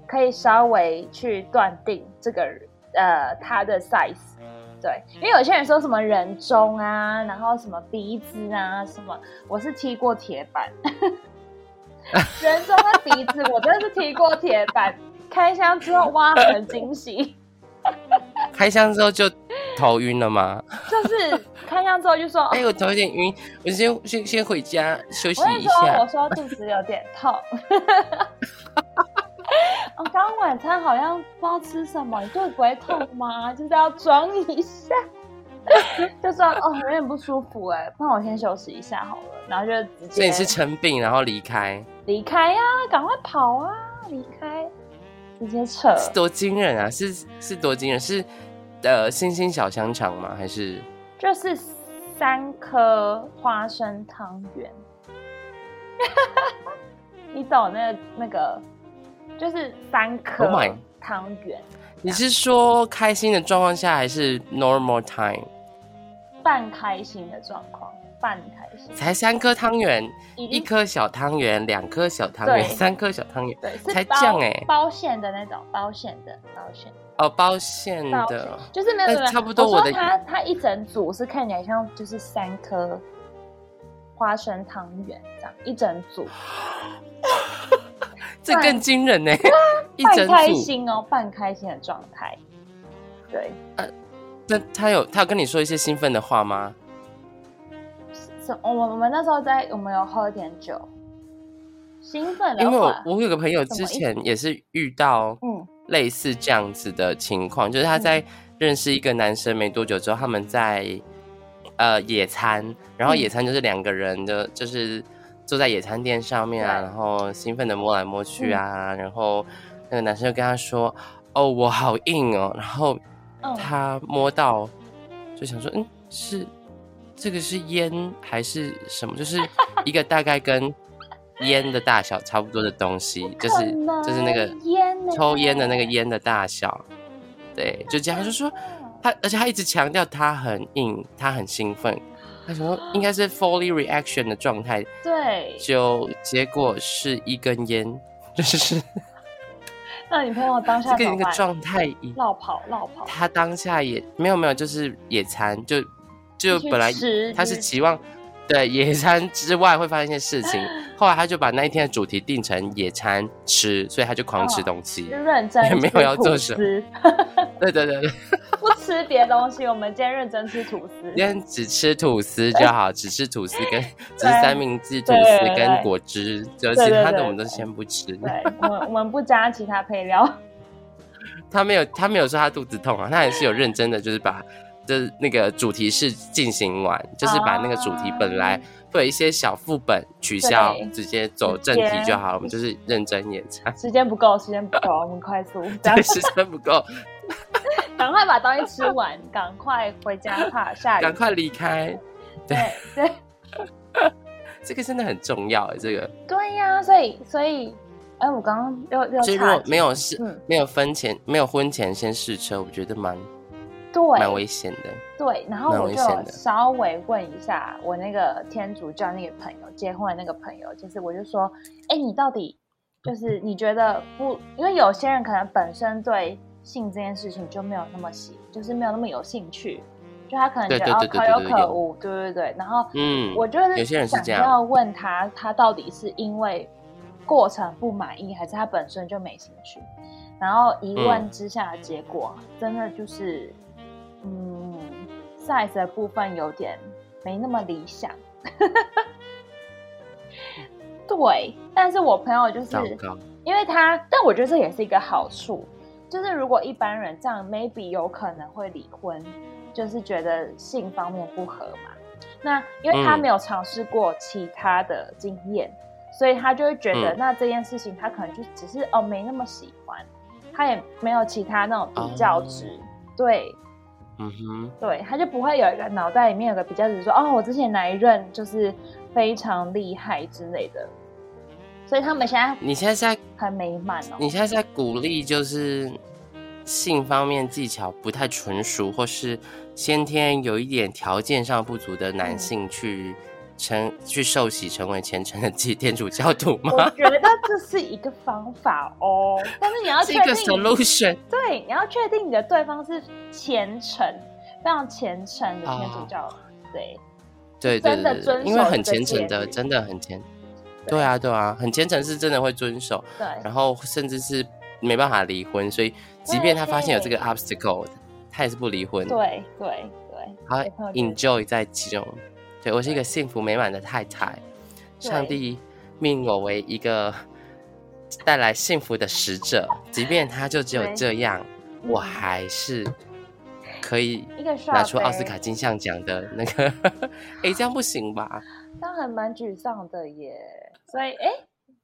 Speaker 2: 可以稍微去断定这个呃他的 size。对，因为有些人说什么人中啊，然后什么鼻子啊，什么，我是踢过铁 板。人中的鼻子，我真的是踢过铁板。开箱之后，哇，很惊喜。
Speaker 1: 开箱之后就头晕了吗？
Speaker 2: 哦就是开箱之后就说，哦
Speaker 1: 哎、我头有点晕，我先先先回家休息
Speaker 2: 我跟
Speaker 1: 一
Speaker 2: 你说，
Speaker 1: 下
Speaker 2: 我。说肚子有点痛。 我刚晚餐好像不知道吃什么，你肚子不会痛吗？ 就是要装一下， 就说哦有点不舒服哎、不然我先休息一下好了，然后就直
Speaker 1: 所以
Speaker 2: 接
Speaker 1: 你是成病然后离开，
Speaker 2: 离开呀、赶快跑啊，离开，直接扯。
Speaker 1: 是多惊人啊！是是多惊人？是呃星星小香肠吗？还是
Speaker 2: 就是三颗花生汤圆， 你懂那个那个，就是三颗
Speaker 1: Oh my
Speaker 2: 汤圆，
Speaker 1: 你是说开心的状况下，还是 normal time？
Speaker 2: 半开心的状况，半开心，
Speaker 1: 才三颗汤圆，
Speaker 2: 已
Speaker 1: 一
Speaker 2: 经
Speaker 1: 颗小汤圆，两颗小汤圆，
Speaker 2: 对
Speaker 1: 三颗小汤圆，
Speaker 2: 对，是
Speaker 1: 才
Speaker 2: 包
Speaker 1: 酱欸
Speaker 2: 包馅的那种，包馅的，包馅的，
Speaker 1: 哦，包馅
Speaker 2: 包馅
Speaker 1: 的，
Speaker 2: 就是没有
Speaker 1: 那
Speaker 2: 没有
Speaker 1: 哎差不多我
Speaker 2: 我
Speaker 1: 的
Speaker 2: 说它它一整组是看起来像就是三颗花生汤圆这样一整组，
Speaker 1: 这更惊人呢、一
Speaker 2: 半
Speaker 1: 整
Speaker 2: 开
Speaker 1: 组，
Speaker 2: 心哦，半开心的状态，对。
Speaker 1: 那他有他有跟你说一些兴奋的话吗？
Speaker 2: 是我们我们那时候在我们有喝一点酒，兴奋的
Speaker 1: 因为我
Speaker 2: 话，
Speaker 1: 我有个朋友之前也是遇到
Speaker 2: 嗯
Speaker 1: 类似这样子的情况，就是他在认识一个男生没多久之后，他们在呃野餐，然后野餐就是两个人的，就是坐在野餐垫上面啊，
Speaker 2: 对
Speaker 1: 然后兴奋的摸来摸去啊，然后那个男生就跟他说：“哦，我好硬哦。”然后
Speaker 2: 嗯，
Speaker 1: 他摸到就想说：“嗯，是这个是烟还是什么？就是一个大概跟烟的大小差不多的东西，就是
Speaker 2: 可能
Speaker 1: 就是那个
Speaker 2: 烟呢
Speaker 1: 抽烟的那个烟的大小。”对，就这样，他就说他，而且他一直强调他很硬，他很兴奋，他想说应该是 fully reaction 的状态，
Speaker 2: 对，
Speaker 1: 就结果是一根烟， 就是
Speaker 2: 那你朋友当下
Speaker 1: 这
Speaker 2: 怎
Speaker 1: 跟
Speaker 2: 么
Speaker 1: 一个
Speaker 2: 办？
Speaker 1: 状态一
Speaker 2: 绕跑绕跑，
Speaker 1: 他当下也没有没有，就是野餐，就就
Speaker 2: 你去
Speaker 1: 本来
Speaker 2: 吃
Speaker 1: 他
Speaker 2: 你
Speaker 1: 是
Speaker 2: 去
Speaker 1: 期望对野餐之外会发生一些事 情，后来他就把那一天的主题定成野餐吃，所以他就狂吃
Speaker 2: 哦
Speaker 1: 东西
Speaker 2: 就。认真
Speaker 1: 也没有
Speaker 2: 吃
Speaker 1: 要
Speaker 2: 吐
Speaker 1: 做
Speaker 2: 司
Speaker 1: 什对对对对，
Speaker 2: 不吃别的东西，我们今天认真吃吐司。
Speaker 1: 今天只吃吐司就好，只吃吐司 跟只吃三明治、吐司
Speaker 2: 对对
Speaker 1: 跟
Speaker 2: 对
Speaker 1: 果汁，就
Speaker 2: 对
Speaker 1: 其他
Speaker 2: 对
Speaker 1: 的我们
Speaker 2: 对
Speaker 1: 都先不吃。
Speaker 2: 对，我们我们不加其他配料。
Speaker 1: 他没有他没有说他肚子痛啊，他还是有认真的，就是把就是那个主题是进行完，就是把那个主题本来会有一些小副本取消
Speaker 2: 对，
Speaker 1: 直接走正题就好了。我们就是认真演 唱，
Speaker 2: 时间不够，时间不够，我们快 速，这样
Speaker 1: 对，时间不够，
Speaker 2: 赶快把东西吃完，赶快回家怕下雨。
Speaker 1: 赶快离开。
Speaker 2: 对对。
Speaker 1: 这个真的很重要，欸这个
Speaker 2: 对呀、所以所以，哎，我刚刚又又
Speaker 1: 所以如
Speaker 2: 差
Speaker 1: 果没有试，
Speaker 2: 嗯，
Speaker 1: 没有婚前没有婚前先试车，我觉得蛮蛮危
Speaker 2: 对
Speaker 1: 险的。
Speaker 2: 对，然后
Speaker 1: 蛮
Speaker 2: 我
Speaker 1: 危
Speaker 2: 就
Speaker 1: 险的
Speaker 2: 稍微问一下我那个天主教那个朋友，结婚的那个朋友，就是我就说，哎，你到底就是你觉得不？因为有些人可能本身对性这件事情就没有那么喜，就是没有那么有兴趣，就他可能
Speaker 1: 对
Speaker 2: 觉得
Speaker 1: 对
Speaker 2: 哦
Speaker 1: 对对
Speaker 2: 可
Speaker 1: 对
Speaker 2: 有
Speaker 1: 对
Speaker 2: 可
Speaker 1: 有
Speaker 2: 无，对对对，然后
Speaker 1: 嗯，
Speaker 2: 我就是
Speaker 1: 有些人是
Speaker 2: 想
Speaker 1: 这样
Speaker 2: 要问他，他到底是因为过程不满意，还是他本身就没兴趣？然后一
Speaker 1: 嗯
Speaker 2: 问之下的结果，真的就是，嗯，size 的部分有点没那么理想。 对，但是我朋友就是
Speaker 1: 糟糕，
Speaker 2: 因为他，但我觉得这也是一个好处，就是如果一般人这样，maybe 有可能会离婚，就是觉得性方面不合嘛。那因为他
Speaker 1: 嗯
Speaker 2: 没有尝试过其他的经验，所以他就会觉得，
Speaker 1: 嗯
Speaker 2: 那这件事情他可能就只是哦没那么喜欢，他也没有其他那种比较值，
Speaker 1: 哦
Speaker 2: 对
Speaker 1: 嗯哼，
Speaker 2: 对，他就不会有一个脑袋里面有个比较值说，哦，我之前哪一任就是非常厉害之类的，所以他们现在
Speaker 1: 你现在在
Speaker 2: 很美满哦。
Speaker 1: 你现在在鼓励就是性方面技巧不太纯熟，或是先天有一点条件上不足的
Speaker 2: 嗯
Speaker 1: 男性去成去受洗成为虔诚的基天主教徒吗？
Speaker 2: 我觉得这是一个方法 哦，但是你要
Speaker 1: 是
Speaker 2: 确
Speaker 1: 一个
Speaker 2: 定你，
Speaker 1: solution
Speaker 2: 对，你要确定你的对方是虔诚、非常虔诚的
Speaker 1: 哦
Speaker 2: 天主教，对，
Speaker 1: 对。对
Speaker 2: 真的
Speaker 1: 对对
Speaker 2: 遵
Speaker 1: 对，
Speaker 2: 守
Speaker 1: 因为很
Speaker 2: 这个
Speaker 1: 虔诚的，
Speaker 2: 戒律
Speaker 1: 真的很虔。对啊，对啊，很虔诚是真的会遵守，
Speaker 2: 对，
Speaker 1: 然后甚至是没办法离婚，所以即便他发现有这个
Speaker 2: 对
Speaker 1: obstacle，他也是不离婚。
Speaker 2: 对，对，对，
Speaker 1: 好
Speaker 2: 没错就是
Speaker 1: enjoy 在其中。对我是一个幸福美满的太太，
Speaker 2: 对
Speaker 1: 上帝命我为一个 带来幸福的使者，即便他就只有
Speaker 2: 对
Speaker 1: 这样，
Speaker 2: 嗯
Speaker 1: 我还是可以
Speaker 2: 一个刷
Speaker 1: 拿出奥斯
Speaker 2: 杯
Speaker 1: 卡金像奖的那个。哎，这样不行吧？
Speaker 2: 这样还蛮沮丧的耶。所以，哎，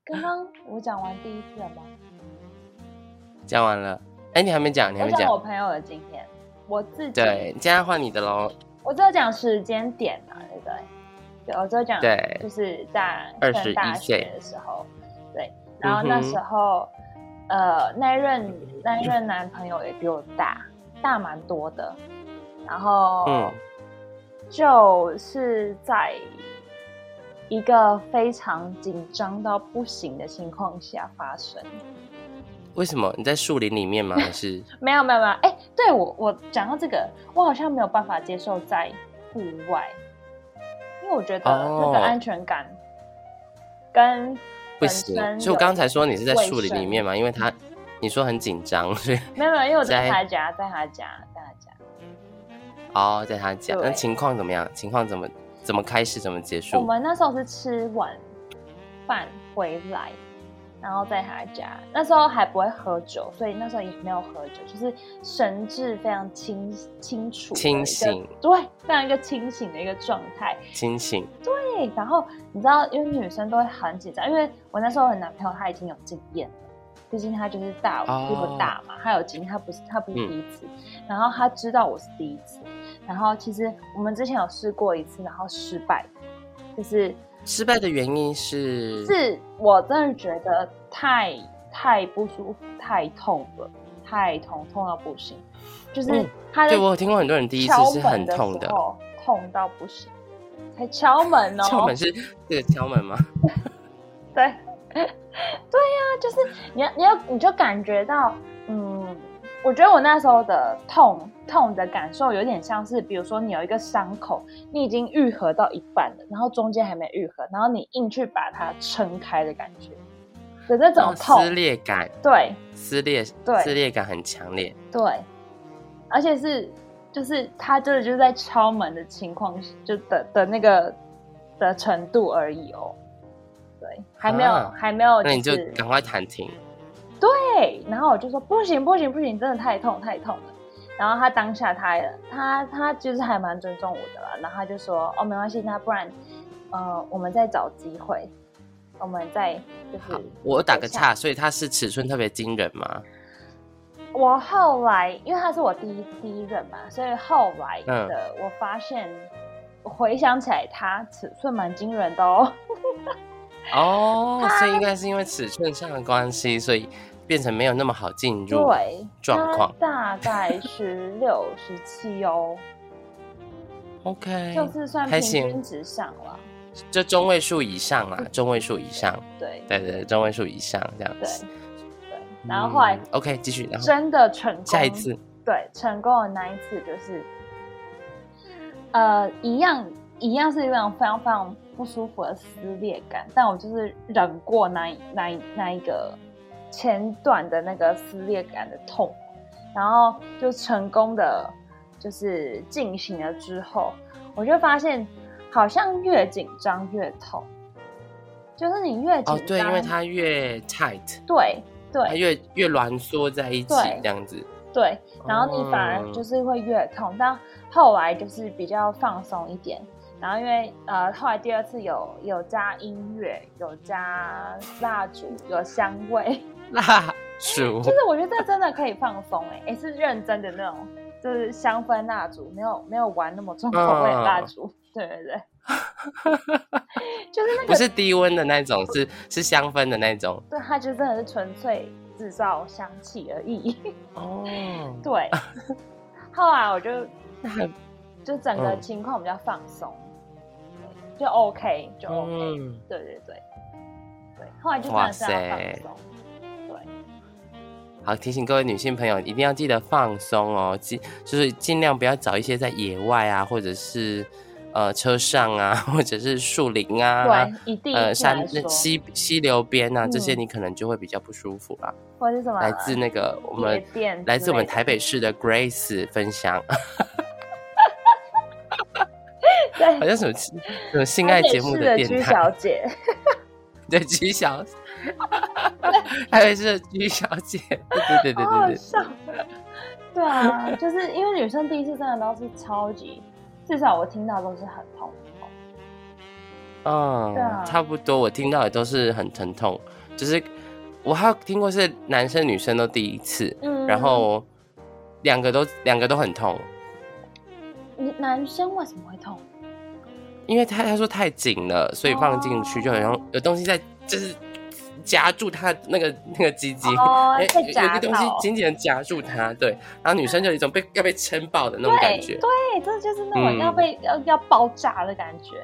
Speaker 2: 刚刚我讲完第一次了吗？
Speaker 1: 讲完了，哎，你还没讲，你还
Speaker 2: 我
Speaker 1: 没
Speaker 2: 讲
Speaker 1: 讲
Speaker 2: 我。朋友的经验，我自己，
Speaker 1: 对，现在换你的喽。
Speaker 2: 我只有讲时间点嘛，对不对？对，我只有讲，
Speaker 1: 对
Speaker 2: 就是在
Speaker 1: 21
Speaker 2: 上大
Speaker 1: 岁
Speaker 2: 学的时候，对，然后
Speaker 1: 嗯哼
Speaker 2: 那时候，呃，那一任那一任男朋友也比我大，大蛮多的，然后，
Speaker 1: 嗯，
Speaker 2: 就是在一个非常紧张到不行的情况下发生。
Speaker 1: 为什么你在树林里面吗？还是
Speaker 2: 没有没有没有，哎、对我我讲到这个，我好像没有办法接受在户外，因为我觉得那个
Speaker 1: 哦
Speaker 2: 安全感跟
Speaker 1: 不
Speaker 2: 本
Speaker 1: 行
Speaker 2: 身有，
Speaker 1: 所以我刚才说你是在
Speaker 2: 卫
Speaker 1: 树林里
Speaker 2: 生
Speaker 1: 面嘛，因为他你说很紧张，所以
Speaker 2: 没有没有，因为我在
Speaker 1: 在
Speaker 2: 他家，在他家，在他家。
Speaker 1: 哦，在他家。
Speaker 2: 对
Speaker 1: 那情况怎么样？情况怎么怎么开始，怎么结
Speaker 2: 我
Speaker 1: 束？
Speaker 2: 们那时候是吃晚饭回来，然后在他家，那时候还不会喝酒，所以那时候也没有喝酒，就是神志非常清清楚的一
Speaker 1: 清
Speaker 2: 个
Speaker 1: 醒，
Speaker 2: 对，非常一个清醒的一个状态。
Speaker 1: 清醒，
Speaker 2: 对，然后你知道，因为女生都会很紧张，因为我那时候的男朋友他已经有经验了，毕竟他就是大
Speaker 1: 哦
Speaker 2: 我比我大嘛，他有经验，他不是他不是
Speaker 1: 嗯
Speaker 2: 第一次，然后他知道我是第一次，然后其实我们之前有试过一次，然后失败，就是
Speaker 1: 失败的原因是
Speaker 2: 是我真的觉得太太不舒服，太痛了，太痛痛到不行，就是
Speaker 1: 嗯
Speaker 2: 他在
Speaker 1: 对我有听过很多人第一次
Speaker 2: 敲
Speaker 1: 是
Speaker 2: 门
Speaker 1: 很
Speaker 2: 的
Speaker 1: 痛
Speaker 2: 时
Speaker 1: 的，
Speaker 2: 候，痛到不行，才敲门哦，
Speaker 1: 敲门是这个敲门吗？
Speaker 2: 对，对呀、就是你要你要你就感觉到，嗯，我觉得我那时候的痛痛的感受有点像是，比如说你有一个伤口，你已经愈合到一半了，然后中间还没愈合，然后你硬去把它撑开的感觉的那种
Speaker 1: 哦
Speaker 2: 痛，
Speaker 1: 撕裂感，
Speaker 2: 对
Speaker 1: 撕裂，
Speaker 2: 对
Speaker 1: 撕裂感很强烈。
Speaker 2: 对，而且是就是他真的就是在敲门的情况就的的那个的程度而已哦。对，还没有，
Speaker 1: 啊
Speaker 2: 还没有、是，
Speaker 1: 那你就赶快弹停，
Speaker 2: 对，然后我就说不行不行不行，真的太痛太痛了。然后他当下他也他他就是还蛮尊重我的啦，然后他就说哦没关系，那不然呃我们再找机会，我们再就是
Speaker 1: 我打个
Speaker 2: 等一下
Speaker 1: 岔，所以它是尺寸特别惊人吗？
Speaker 2: 我后来，因为他是我第一第一任嘛，所以后来
Speaker 1: 嗯
Speaker 2: 的、我发现，我回想起来他尺寸蛮惊人的哦。
Speaker 1: 哦，所以应该是因为尺寸上的关系，所以变成没有那么好进入。
Speaker 2: 对，
Speaker 1: 状
Speaker 2: 他
Speaker 1: 况
Speaker 2: 大概十六十 七哦，
Speaker 1: ，OK，
Speaker 2: 就是算
Speaker 1: 哎还
Speaker 2: 平
Speaker 1: 行
Speaker 2: 均值上了。
Speaker 1: 就中位数以上啦，中位数以上，
Speaker 2: 对
Speaker 1: 对对对，中位数以上这样
Speaker 2: 对
Speaker 1: 子。
Speaker 2: 对，然后后来
Speaker 1: 嗯 OK 继续，然后
Speaker 2: 真的成功，
Speaker 1: 下一次
Speaker 2: 对成功的那一次就是，呃，一样一样是一种非常非常不舒服的撕裂感，但我就是忍过那一那一那一个前段的那个撕裂感的痛，然后就成功的就是进行了之后，我就发现好像越紧张越痛，就是你越紧张，
Speaker 1: 哦，对，因为它越 tight，
Speaker 2: 对对
Speaker 1: 它越越挛缩在一起
Speaker 2: 对
Speaker 1: 这样子。
Speaker 2: 对，然后你反而就是会越痛，但后来就是比较放松一点。然后因为呃，后来第二次有有加音乐，有加蜡烛，有香味，
Speaker 1: 蜡烛
Speaker 2: 就是我觉得这真的可以放松哎、欸，也是认真的那种，就是香氛蜡烛，没有没有玩那么重口味的蜡烛，对对 对，就是那
Speaker 1: 不
Speaker 2: 个
Speaker 1: 是低温的那种，是是香氛的那种。
Speaker 2: 对，它就真的是纯粹制造香气而已。
Speaker 1: 哦，
Speaker 2: 对， 后来我就
Speaker 1: 那还
Speaker 2: 就整个
Speaker 1: 嗯
Speaker 2: 情况比较放松，就 OK 就 OK，、
Speaker 1: 嗯，
Speaker 2: 对对对对，后来就真
Speaker 1: 哇
Speaker 2: 的是要
Speaker 1: 塞
Speaker 2: 放松，对。
Speaker 1: 好，提醒各位女性朋友一定要记得放松哦，尽就是尽量不要找一些在野外啊，或者是呃车上啊，或者是树林啊，
Speaker 2: 对，一定
Speaker 1: 呃
Speaker 2: 是来
Speaker 1: 山
Speaker 2: 说，
Speaker 1: 溪溪流边啊，这些
Speaker 2: 嗯
Speaker 1: 你可能就会比较不舒服啦。
Speaker 2: 或者是什么
Speaker 1: 来自那个我
Speaker 2: 夜
Speaker 1: 们
Speaker 2: 店之类的，
Speaker 1: 来自我们台北市的 Grace 分享，
Speaker 2: 对
Speaker 1: 好像 什么什么性爱节目
Speaker 2: 台北市
Speaker 1: 电
Speaker 2: 居
Speaker 1: 台，
Speaker 2: 小姐，
Speaker 1: 对居小，台北市的居小姐， 对对对对
Speaker 2: 好好
Speaker 1: 对对，
Speaker 2: 笑。对啊，就是因为女生第一次真的都是超级，至少我听到都是很痛苦。
Speaker 1: 嗯
Speaker 2: 对啊，
Speaker 1: 差不多，我听到的都是很疼痛，就是我还有听过是男生女生都第一次，
Speaker 2: 嗯
Speaker 1: 然后两个都两个都很痛，
Speaker 2: 你嗯男生为什么会痛？
Speaker 1: 因为他他说太紧了，所以放进去就好像
Speaker 2: 哦
Speaker 1: 有东西在就是夹住他那个那个鸡鸡。
Speaker 2: 哦
Speaker 1: 哎，
Speaker 2: 被
Speaker 1: 有有
Speaker 2: 夹
Speaker 1: 一个东西
Speaker 2: 到。
Speaker 1: 紧紧的夹住他，对，然后女生就有一种被要被撑爆的那种感
Speaker 2: 对
Speaker 1: 觉，
Speaker 2: 对，这就是那种
Speaker 1: 嗯
Speaker 2: 要被、要要爆炸的感 觉，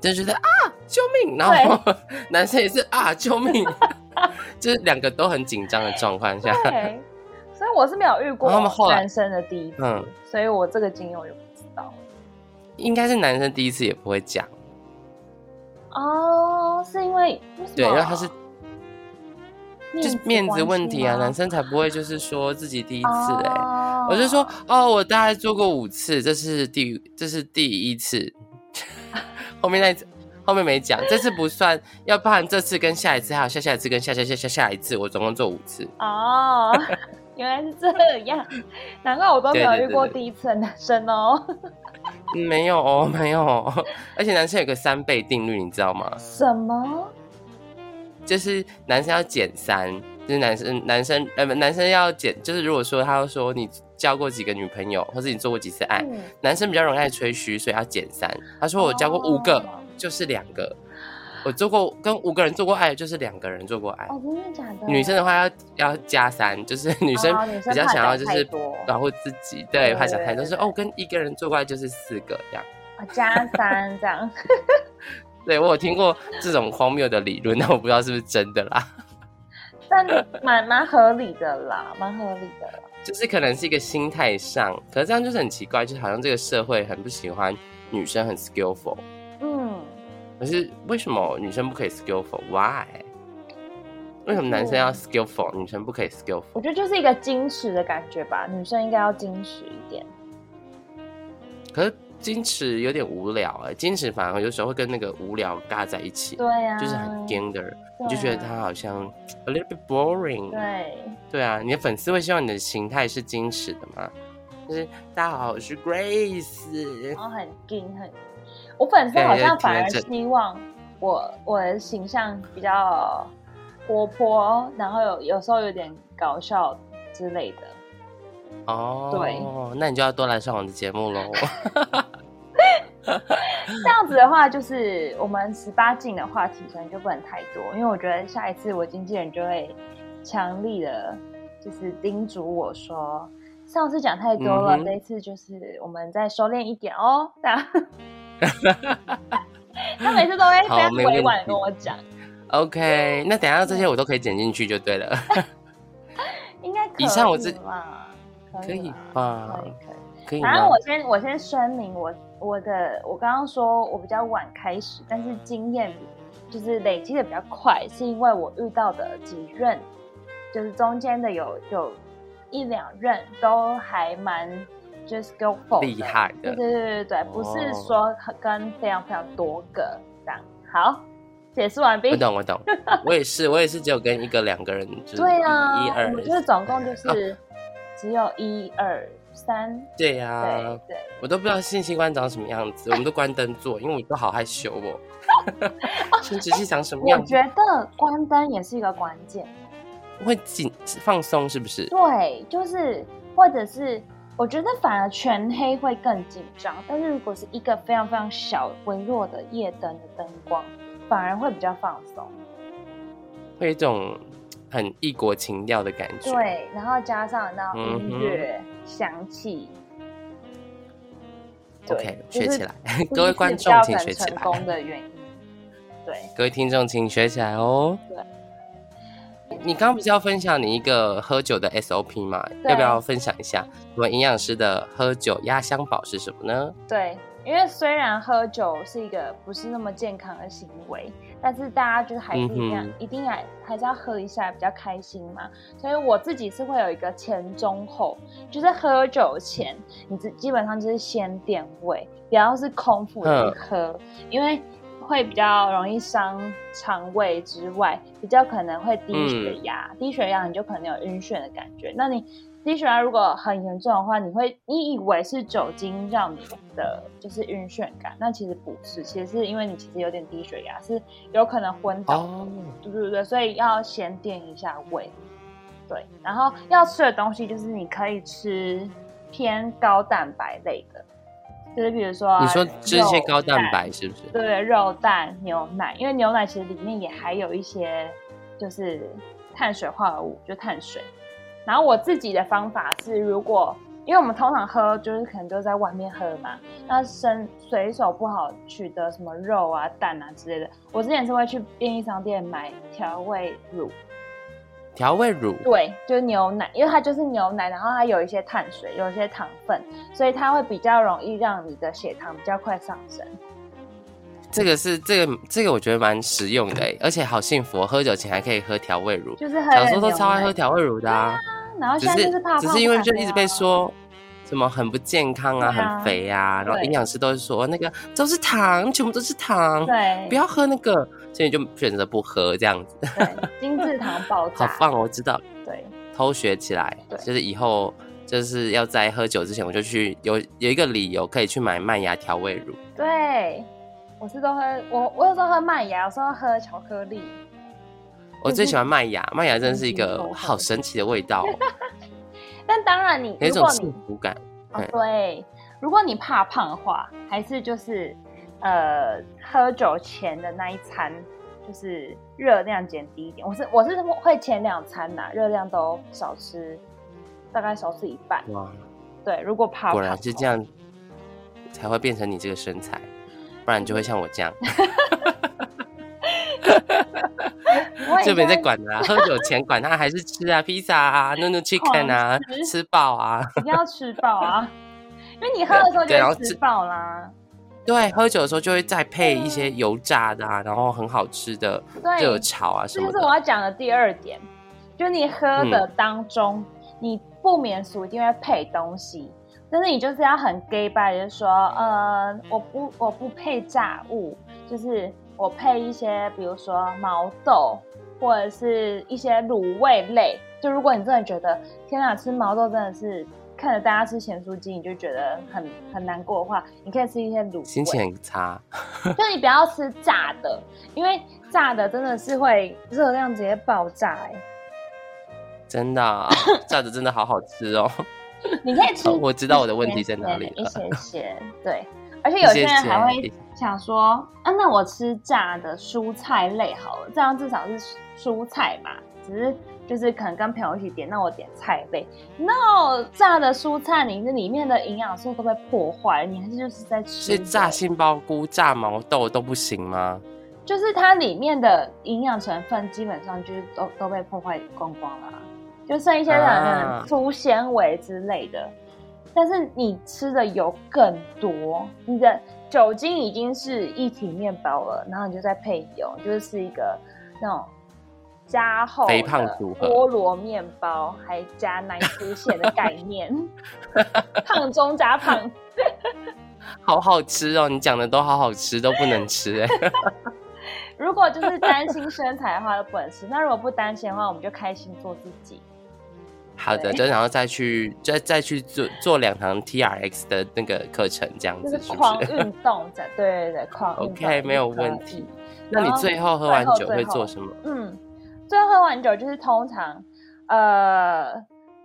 Speaker 1: 就觉得啊救命，然后男生也是啊救 命，就是两个都很紧张的状况下，
Speaker 2: 对，所以我是没有遇过
Speaker 1: 然后他们后来
Speaker 2: 男生的第一次，
Speaker 1: 嗯
Speaker 2: 所以我这个经验我就不知道
Speaker 1: 应该是男生第一次也不会讲，
Speaker 2: 哦，是因为为什么
Speaker 1: 对，因为他是就是面
Speaker 2: 关
Speaker 1: 子
Speaker 2: 系
Speaker 1: 问题啊，
Speaker 2: 吗
Speaker 1: 男生才不会就是说自己第一次哎、
Speaker 2: 哦
Speaker 1: 我就说哦，我大概做过五次，这是第这是第一次， 后面那一次后面没讲，这次不算，要不然这次跟下一次还有下下一次跟下下下下下一次，我总共做五次。
Speaker 2: 哦，原来是这样，难怪我都没有
Speaker 1: 对对
Speaker 2: 遇
Speaker 1: 对
Speaker 2: 过
Speaker 1: 对
Speaker 2: 第一次的男生哦。
Speaker 1: 嗯没有哦， 没有、哦，而且男生有个三倍定律，你知道吗？
Speaker 2: 什么？
Speaker 1: 就是男生要减三，就是男生男生呃不男生要减，就是如果说他说你交过几个女朋友，或是你做过几次爱，
Speaker 2: 嗯，
Speaker 1: 男生比较容易爱吹嘘，所以要减三。他哎说我交过五个，
Speaker 2: 哦
Speaker 1: 就是两个。我做过跟五个人做过爱，就是两个人做过爱。
Speaker 2: 哦，真的假的？
Speaker 1: 女生的话要要加三，就是女生
Speaker 2: 哦女生
Speaker 1: 比较
Speaker 2: 怕
Speaker 1: 想要
Speaker 2: 讲
Speaker 1: 就
Speaker 2: 太
Speaker 1: 是哦
Speaker 2: 多
Speaker 1: 保护自己，
Speaker 2: 对
Speaker 1: 对，怕想
Speaker 2: 对
Speaker 1: 太多。
Speaker 2: 对
Speaker 1: 说
Speaker 2: 对
Speaker 1: 哦，跟一个人做过爱就是四个这样。
Speaker 2: 哦加三这样，
Speaker 1: 对我有听过这种荒谬的理论，但我不知道是不是真的啦。
Speaker 2: 但蛮蛮合理的啦，蛮合理的啦。
Speaker 1: 就是可能是一个心态上，可是这样就是很奇怪，就是好像这个社会很不喜欢女生很 skillful，
Speaker 2: 嗯，
Speaker 1: 可是为什么女生不可以 skillful？Why？为什么男生
Speaker 2: 哦
Speaker 1: 要 skillful，女生不可以 skillful？
Speaker 2: 我觉得就是一个矜持的感觉吧，女生应该要矜持一点。
Speaker 1: 可是矜持有点无聊哎、矜持反而有时候会跟那个无聊搭在一起，
Speaker 2: 对呀、啊，
Speaker 1: 就是很
Speaker 2: 对啊，
Speaker 1: gang 的人，你就觉得他好像 a little bit boring。
Speaker 2: 对，
Speaker 1: 对啊，你的粉丝会希望你的形态是矜持的吗？就是大家好，我是 Grace
Speaker 2: 然。后很硬很。我粉丝好
Speaker 1: 对
Speaker 2: 像
Speaker 1: 对
Speaker 2: 反而
Speaker 1: 挺认真
Speaker 2: 希望我我的形象比较活泼，然后有有时候有点搞笑之类的。
Speaker 1: 哦，对，那你就要多来上我的节目 喽。
Speaker 2: 这样子的话，就是我们十八禁的话题可能就不能太多，因为我觉得下一次我经纪人就会强力的，就是叮嘱我说，上次讲太多了，
Speaker 1: 嗯哼
Speaker 2: 这一次就是我们再收敛一点哦。这样， 他每次都会非
Speaker 1: 好
Speaker 2: 常
Speaker 1: 没问
Speaker 2: 委婉地
Speaker 1: 题
Speaker 2: 跟我讲。
Speaker 1: OK，那等一下
Speaker 2: 嗯
Speaker 1: 这些我都可以剪进去就对 了。
Speaker 2: 应该可以
Speaker 1: 以上我自
Speaker 2: 啦，
Speaker 1: 可以
Speaker 2: 啦
Speaker 1: 吧
Speaker 2: 可以可以。
Speaker 1: 可以
Speaker 2: 反
Speaker 1: 吗
Speaker 2: 正？我先我先声明我，我的我刚刚说我比较晚开始，但是经验就是累积的比较快，是因为我遇到的几任，就是中间的有有一两任都还蛮就是 skillful 的
Speaker 1: 厉害
Speaker 2: 对
Speaker 1: 的
Speaker 2: 对对对对，不是
Speaker 1: 哦
Speaker 2: 说跟非常非常多个这样。好，解释完毕
Speaker 1: 我。懂，我 懂，我也是，我也是只有跟一个两个人，就是
Speaker 2: 对啊，
Speaker 1: 一一
Speaker 2: 我
Speaker 1: 二哦
Speaker 2: 们，就是总共就是只有一二三，
Speaker 1: 对啊呀、
Speaker 2: 对对。
Speaker 1: 我都不知道性器官长什么样 子，我们都关灯做，因为我都好害羞哦。生殖器长什么
Speaker 2: 我
Speaker 1: 样子
Speaker 2: 觉？得关灯也是一个关键，
Speaker 1: 会紧放松是不是？
Speaker 2: 对，就是或者是我觉得反而全黑会更紧张，但是如果是一个非常非常小微弱的夜灯的灯光，反而会比较放松。
Speaker 1: 会有一种很异国情调的感觉。，
Speaker 2: 对，然后加上那
Speaker 1: 嗯
Speaker 2: 种音乐香气。对
Speaker 1: OK，
Speaker 2: 就
Speaker 1: 学
Speaker 2: 是
Speaker 1: 起来
Speaker 2: 这是，
Speaker 1: 各位观
Speaker 2: 比
Speaker 1: 众
Speaker 2: 较
Speaker 1: 请
Speaker 2: 很
Speaker 1: 学起
Speaker 2: 成
Speaker 1: 来，
Speaker 2: 功的原因。对，
Speaker 1: 各位听众请学起来哦。你刚刚不是要分享你一个喝酒的 SOP 吗？
Speaker 2: 对
Speaker 1: 要不要分享一下我们营养师的喝酒压箱宝是什么呢？
Speaker 2: 对，因为虽然喝酒是一个不是那么健康的行为，但是大家就是还是一定要、
Speaker 1: 嗯哼
Speaker 2: 一定要还是要喝一下比较开心嘛。所以我自己是会有一个前中后，就是喝酒前，你只基本上就是先垫胃，不要是空腹的
Speaker 1: 嗯
Speaker 2: 去喝，因为会比较容易伤肠胃之外，比较可能会低血
Speaker 1: 嗯
Speaker 2: 压，低血压你就可能有晕眩的感觉。那你低血压如果很严重的话，你会你以为是酒精让你的就是晕眩感，那其实不是，其实是因为你其实有点低血压，是有可能昏倒的
Speaker 1: 哦，
Speaker 2: 对对对，所以要先垫一下胃。对，然后要吃的东西就是你可以吃偏高蛋白类的，就是比如说
Speaker 1: 你说吃一些
Speaker 2: 呃肉
Speaker 1: 高蛋白是不是？
Speaker 2: 对，肉蛋、牛奶，因为牛奶其实里面也还有一些就是碳水化合物，就碳水。然后我自己的方法是，如果因为我们通常喝就是可能都在外面喝嘛，那生随手不好取得什么肉啊、蛋啊之类的，我之前是会去便利商店买调味乳，
Speaker 1: 调味乳，
Speaker 2: 对，就是牛奶，因为它就是牛奶，然后它有一些碳水，有一些糖分，所以它会比较容易让你的血糖比较快上升。
Speaker 1: 这个是这个这个我觉得蛮实用的欸，而且好幸福、哦，喝酒前还可以喝调味乳。
Speaker 2: 就是喝
Speaker 1: 小
Speaker 2: 了
Speaker 1: 时候都
Speaker 2: 牛
Speaker 1: 超爱
Speaker 2: 奶
Speaker 1: 喝调味乳的啊，
Speaker 2: 然后
Speaker 1: 只
Speaker 2: 现在就是是怕胖，
Speaker 1: 只是因为就一直被
Speaker 2: 不敢啊
Speaker 1: 说什么很不健康啊，
Speaker 2: 对啊
Speaker 1: 很肥啊，然后
Speaker 2: 对
Speaker 1: 营养师都是说那个都是糖，全部都是糖，
Speaker 2: 啊 对，
Speaker 1: 不要喝那个，所以就选择不喝这样子，
Speaker 2: 对啊精致糖爆炸，
Speaker 1: 好棒哦！我知道，
Speaker 2: 对
Speaker 1: 偷学起来
Speaker 2: 对，
Speaker 1: 就是以后就是要在喝酒之前，我就去有有一个理由可以去买麦芽调味乳，
Speaker 2: 对，我是都喝我我有时候喝麦芽，有时候喝巧克力，
Speaker 1: 我最喜欢麦芽，麦芽真的是一
Speaker 2: 嗯
Speaker 1: 个
Speaker 2: 嗯
Speaker 1: 好神奇的味道哦，
Speaker 2: 但当然你
Speaker 1: 有一
Speaker 2: 如
Speaker 1: 种
Speaker 2: 果你
Speaker 1: 幸福感。
Speaker 2: 哦对，如果你怕胖的话，还是就是呃喝酒前的那一餐，就是热量减低一点。我是我是会前两餐呐、热量都少吃，大概少吃一半。
Speaker 1: 哇，
Speaker 2: 对，如果怕胖
Speaker 1: 果然是这样，才会变成你这个身材，不然你就会像我这 样，
Speaker 2: 样，
Speaker 1: 就没在管啦、喝酒前管他还是吃啊，披萨啊，no no chicken 啊
Speaker 2: 狂吃，
Speaker 1: 吃爆啊。
Speaker 2: 一定要吃饱啊，因为你喝的时候就
Speaker 1: 对然后
Speaker 2: 会
Speaker 1: 吃
Speaker 2: 吃饱啦。
Speaker 1: 对，喝酒的时候就会再配一些油炸的啊，然后很好吃的
Speaker 2: 对
Speaker 1: 热炒啊什
Speaker 2: 这
Speaker 1: 么
Speaker 2: 就
Speaker 1: 的嗯
Speaker 2: 是。我要讲的第二点，就你喝的当中，你不免俗一定会配东西，但是你就是要很 gay 白，就是说，呃，我不我不配炸物，就是我配一些，比如说毛豆或者是一些卤味类。就如果你真的觉得天哪，吃毛豆真的是看着大家吃咸酥鸡，你就觉得很很难过的话，你可以吃一些卤味。
Speaker 1: 心情很差，
Speaker 2: 就你不要吃炸的，因为炸的真的是会热量直接爆炸、欸。
Speaker 1: 真的 啊、炸的真的好好吃哦。，
Speaker 2: 你可以吃
Speaker 1: 我知道我的问题在哪里
Speaker 2: 一
Speaker 1: 了
Speaker 2: 些些，对。而且有些人还
Speaker 1: 一些
Speaker 2: 会
Speaker 1: 些
Speaker 2: 想说，啊，那我吃炸的蔬菜类好了，这样至少是蔬菜嘛。只是就是可能跟朋友一起点，那我点菜类。No，炸的蔬菜，你那里面的营养素都被破坏，你还是就是在吃
Speaker 1: 是炸
Speaker 2: 肉
Speaker 1: 杏鲍菇、炸毛豆都不行吗？
Speaker 2: 就是它里面的营养成分基本上就是都都被破坏光光了啊、就剩一些
Speaker 1: 啊
Speaker 2: 像粗纤维之类的。但是你吃的油更多，你的酒精已经是一体面包了，然后你就再配油，就是一个那种加厚的
Speaker 1: 肥胖组合
Speaker 2: 菠萝面包，还加奶酥馅的概念， 胖中加胖。
Speaker 1: 好好吃哦，你讲的都好好吃，都不能吃 哎、
Speaker 2: 如果就是担心身材的话，就不能吃；那如果不担心的话，我们就开心做自己。
Speaker 1: 好的，就然后再去再再去做做两堂 T R X 的那个课程，这样
Speaker 2: 就
Speaker 1: 子
Speaker 2: 是
Speaker 1: 是不
Speaker 2: 狂
Speaker 1: 是？
Speaker 2: 运动的，对对对，狂运动
Speaker 1: OK，没有问题。那你
Speaker 2: 然后
Speaker 1: 最后喝完
Speaker 2: 最后
Speaker 1: 酒
Speaker 2: 最
Speaker 1: 会
Speaker 2: 后
Speaker 1: 做什么？
Speaker 2: 嗯，最后喝完酒就是通常，呃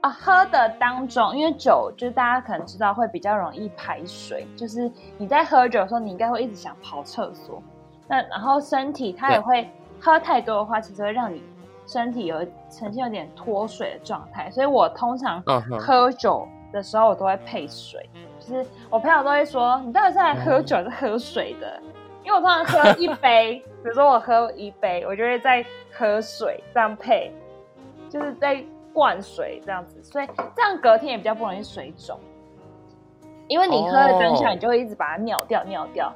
Speaker 2: 啊，喝的当中，因为酒就是大家可能知道会比较容易排水，就是你在喝酒的时候，你应该会一直想跑厕所。那然后身体它也
Speaker 1: 对
Speaker 2: 会喝太多的话，其实会让你身体有呈现有点脱水的状态，所以我通常
Speaker 1: 嗯哼
Speaker 2: 喝酒的时候我都会配水，就是我朋友都会说你到底是来喝酒还是喝水的？因为我通常喝一杯，比如说我喝一杯，我就会再喝水这样配，就是在灌水这样子，所以这样隔天也比较不容易水肿。因为你喝了当下，
Speaker 1: 哦
Speaker 2: 你就会一直把它尿掉，尿掉。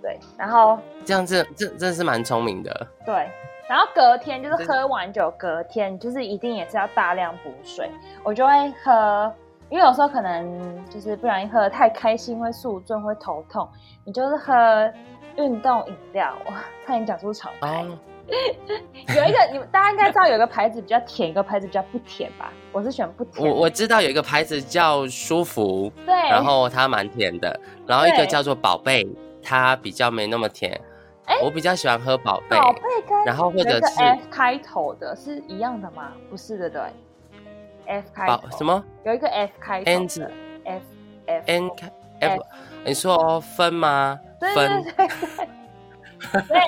Speaker 2: 对，然后
Speaker 1: 这样这这真是蛮聪明的。
Speaker 2: 对，然后隔天就是
Speaker 1: 真
Speaker 2: 喝完酒，隔天就是一定也是要大量补水。我就会喝，因为有时候可能就是不小心喝得太开心会宿醉会头痛，你就是喝运动饮料。哇，差点讲出厂牌。
Speaker 1: 哦，
Speaker 2: 有一个你们大家应该知道，有一个牌子比较甜，一个牌子比较不甜吧？我是选不甜
Speaker 1: 我
Speaker 2: 的。
Speaker 1: 我知道有一个牌子叫舒服，
Speaker 2: 对，
Speaker 1: 然后它蛮甜的，然后一个
Speaker 2: 对
Speaker 1: 叫做宝贝，它比较没那么甜
Speaker 2: 哎。
Speaker 1: 我比较喜欢喝宝贝，
Speaker 2: 宝贝跟
Speaker 1: 然后或
Speaker 2: 有
Speaker 1: 者
Speaker 2: 一个
Speaker 1: 是
Speaker 2: F 开头的是一样的吗？不是的，对，F 开
Speaker 1: 宝
Speaker 2: 头
Speaker 1: 什么
Speaker 2: 有一个 F 开头
Speaker 1: N 字
Speaker 2: 的 F F，
Speaker 1: N F？你说哦分吗？
Speaker 2: 对对
Speaker 1: 分
Speaker 2: 对对， 对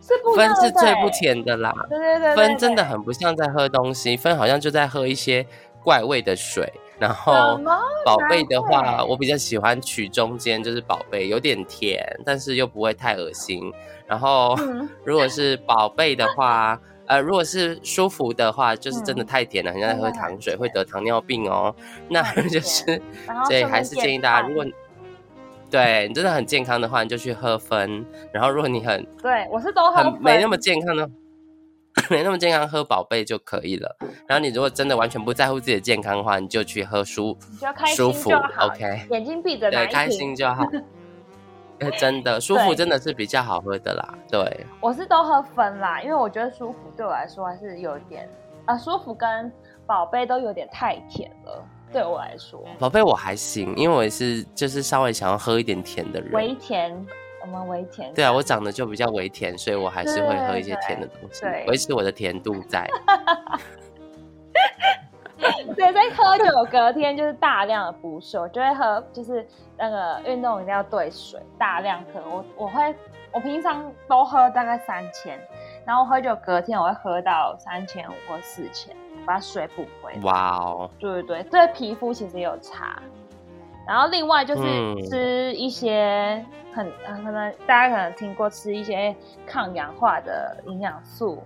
Speaker 2: 是不一样
Speaker 1: 分
Speaker 2: 的
Speaker 1: 是最不
Speaker 2: 对
Speaker 1: 甜的啦，
Speaker 2: 对对对，对
Speaker 1: 分真的
Speaker 2: 对
Speaker 1: 很不像在喝东西，分好像就在喝一些怪味的水。然后
Speaker 2: 什么
Speaker 1: 宝贝的
Speaker 2: 难
Speaker 1: 话，
Speaker 2: 怪
Speaker 1: 我比较喜欢取中间，就是宝贝有点甜，但是又不会太恶心。然后
Speaker 2: 嗯
Speaker 1: 如果是宝贝的话，呃，如果是舒服的话，就是真的
Speaker 2: 嗯
Speaker 1: 太甜了，很像在喝糖水，会得糖尿病哦。那
Speaker 2: 太 甜
Speaker 1: 就是
Speaker 2: 然后
Speaker 1: 所以
Speaker 2: 顺便
Speaker 1: 还是建议
Speaker 2: 减
Speaker 1: 大家，
Speaker 2: 胖
Speaker 1: 如果你对你真的很健康的话，你就去喝分。然后如果你很
Speaker 2: 对我是都喝
Speaker 1: 很没那
Speaker 2: 分
Speaker 1: 么健康的， 没那么健康，喝宝贝就可以了。然后你如果真的完全不在乎自己的健康的话，你就去喝舒
Speaker 2: 你就开心
Speaker 1: 舒服
Speaker 2: 就好
Speaker 1: ，OK，
Speaker 2: 眼睛闭着拿
Speaker 1: 对，
Speaker 2: 一
Speaker 1: 开
Speaker 2: 瓶
Speaker 1: 心就 好。呃，真的舒服
Speaker 2: 对
Speaker 1: 真的是比较好喝的啦，对，
Speaker 2: 我是都喝分啦，因为我觉得舒服对我来说还是有点啊，舒服跟宝贝都有点太甜了，对我来说
Speaker 1: 宝贝我还行，因为我也是就是稍微想要喝一点甜的
Speaker 2: 微
Speaker 1: 人，
Speaker 2: 甜，我们微甜。
Speaker 1: 对啊，我长得就比较微甜，所以我还是会喝一些
Speaker 2: 对
Speaker 1: 甜的东西
Speaker 2: 对，
Speaker 1: 维持我的甜度在。
Speaker 2: 对，在喝酒隔天就是大量的补水，我就会喝就是那个运动饮料兑水，大量喝。我我会我平常都喝大概三千，然后喝酒隔天我会喝到三千五或四千，把水补回来。
Speaker 1: 哇哦，
Speaker 2: 对对对，对皮肤其实有差。然后另外就是
Speaker 1: 嗯
Speaker 2: 吃一些很、呃可能大家可能听过吃一些抗氧化的营养素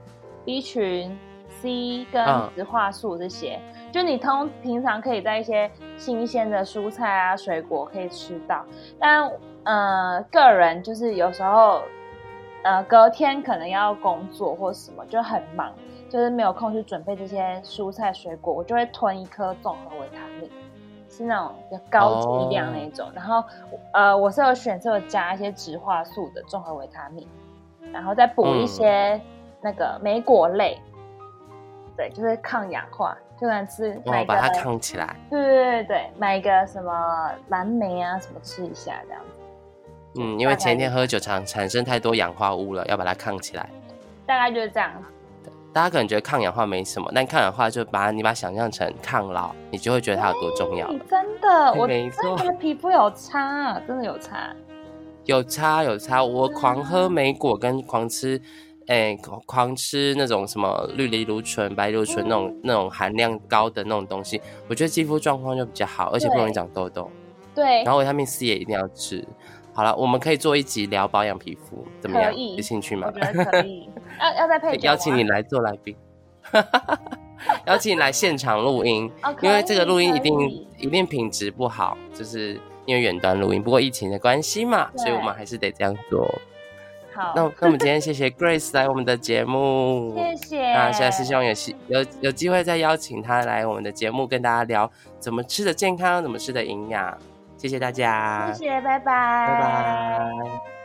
Speaker 2: ，B 群、C 跟
Speaker 1: 嗯
Speaker 2: 植化素这些，就你通平常可以在一些新鲜的蔬菜啊、水果可以吃到，但呃，个人就是有时候呃隔天可能要工作或什么，就很忙，就是没有空去准备这些蔬菜水果，我就会吞一颗综合维他命，是那种比较高剂量那一种。然后呃，我是有选择加一些植化素的综合维他命，然后再补一
Speaker 1: 嗯
Speaker 2: 些那个莓果类，对，就是抗氧化，就能吃
Speaker 1: 哇，
Speaker 2: 买
Speaker 1: 哦把它
Speaker 2: 个
Speaker 1: 扛起来，
Speaker 2: 对对对对，买一个什么蓝莓啊什么吃一下这样子，
Speaker 1: 嗯，因为
Speaker 2: 大概
Speaker 1: 前一天
Speaker 2: 就
Speaker 1: 喝酒常产生太多氧化物了，要把它扛起来。
Speaker 2: 大概就是这样。
Speaker 1: 大家可能觉得抗氧化没什么，但抗氧化就把你把它想象成抗老，你就会觉得它有多重要
Speaker 2: 哎
Speaker 1: 了。
Speaker 2: 真 的，我
Speaker 1: 没
Speaker 2: 真
Speaker 1: 错
Speaker 2: 的觉得皮肤有差，真的有差。
Speaker 1: 有差有差，我狂喝莓果跟狂吃，哎、狂狂吃那种什么绿藜芦醇、白芦醇那种、
Speaker 2: 嗯
Speaker 1: 那种含量高的那种东西，我觉得肌肤状况就比较好，而且不容易长痘痘。
Speaker 2: 对
Speaker 1: 然，后维他命 C 也一定要吃。好了，我们可以做一集聊保养皮肤，怎么样？
Speaker 2: 可以
Speaker 1: 有兴趣吗
Speaker 2: 我？觉得可 以。要要再配酒吗啊
Speaker 1: 邀请你来做来宾， 邀请你来现场录音。
Speaker 2: 哦可以
Speaker 1: 因为这个录音一
Speaker 2: 可
Speaker 1: 定
Speaker 2: 以
Speaker 1: 一定品质不好，就是因为远端录音，不过疫情的关系嘛，
Speaker 2: 对
Speaker 1: 所以我们还是得这样做。
Speaker 2: 好，
Speaker 1: 那那我们今天谢谢 Grace 来我们的节目，
Speaker 2: 谢谢。
Speaker 1: 那啊下次希望有希有有机会再邀请她来我们的节目，跟大家聊怎么吃的健康，怎么吃的营养。谢谢大家，
Speaker 2: 谢谢，拜拜，
Speaker 1: 拜拜。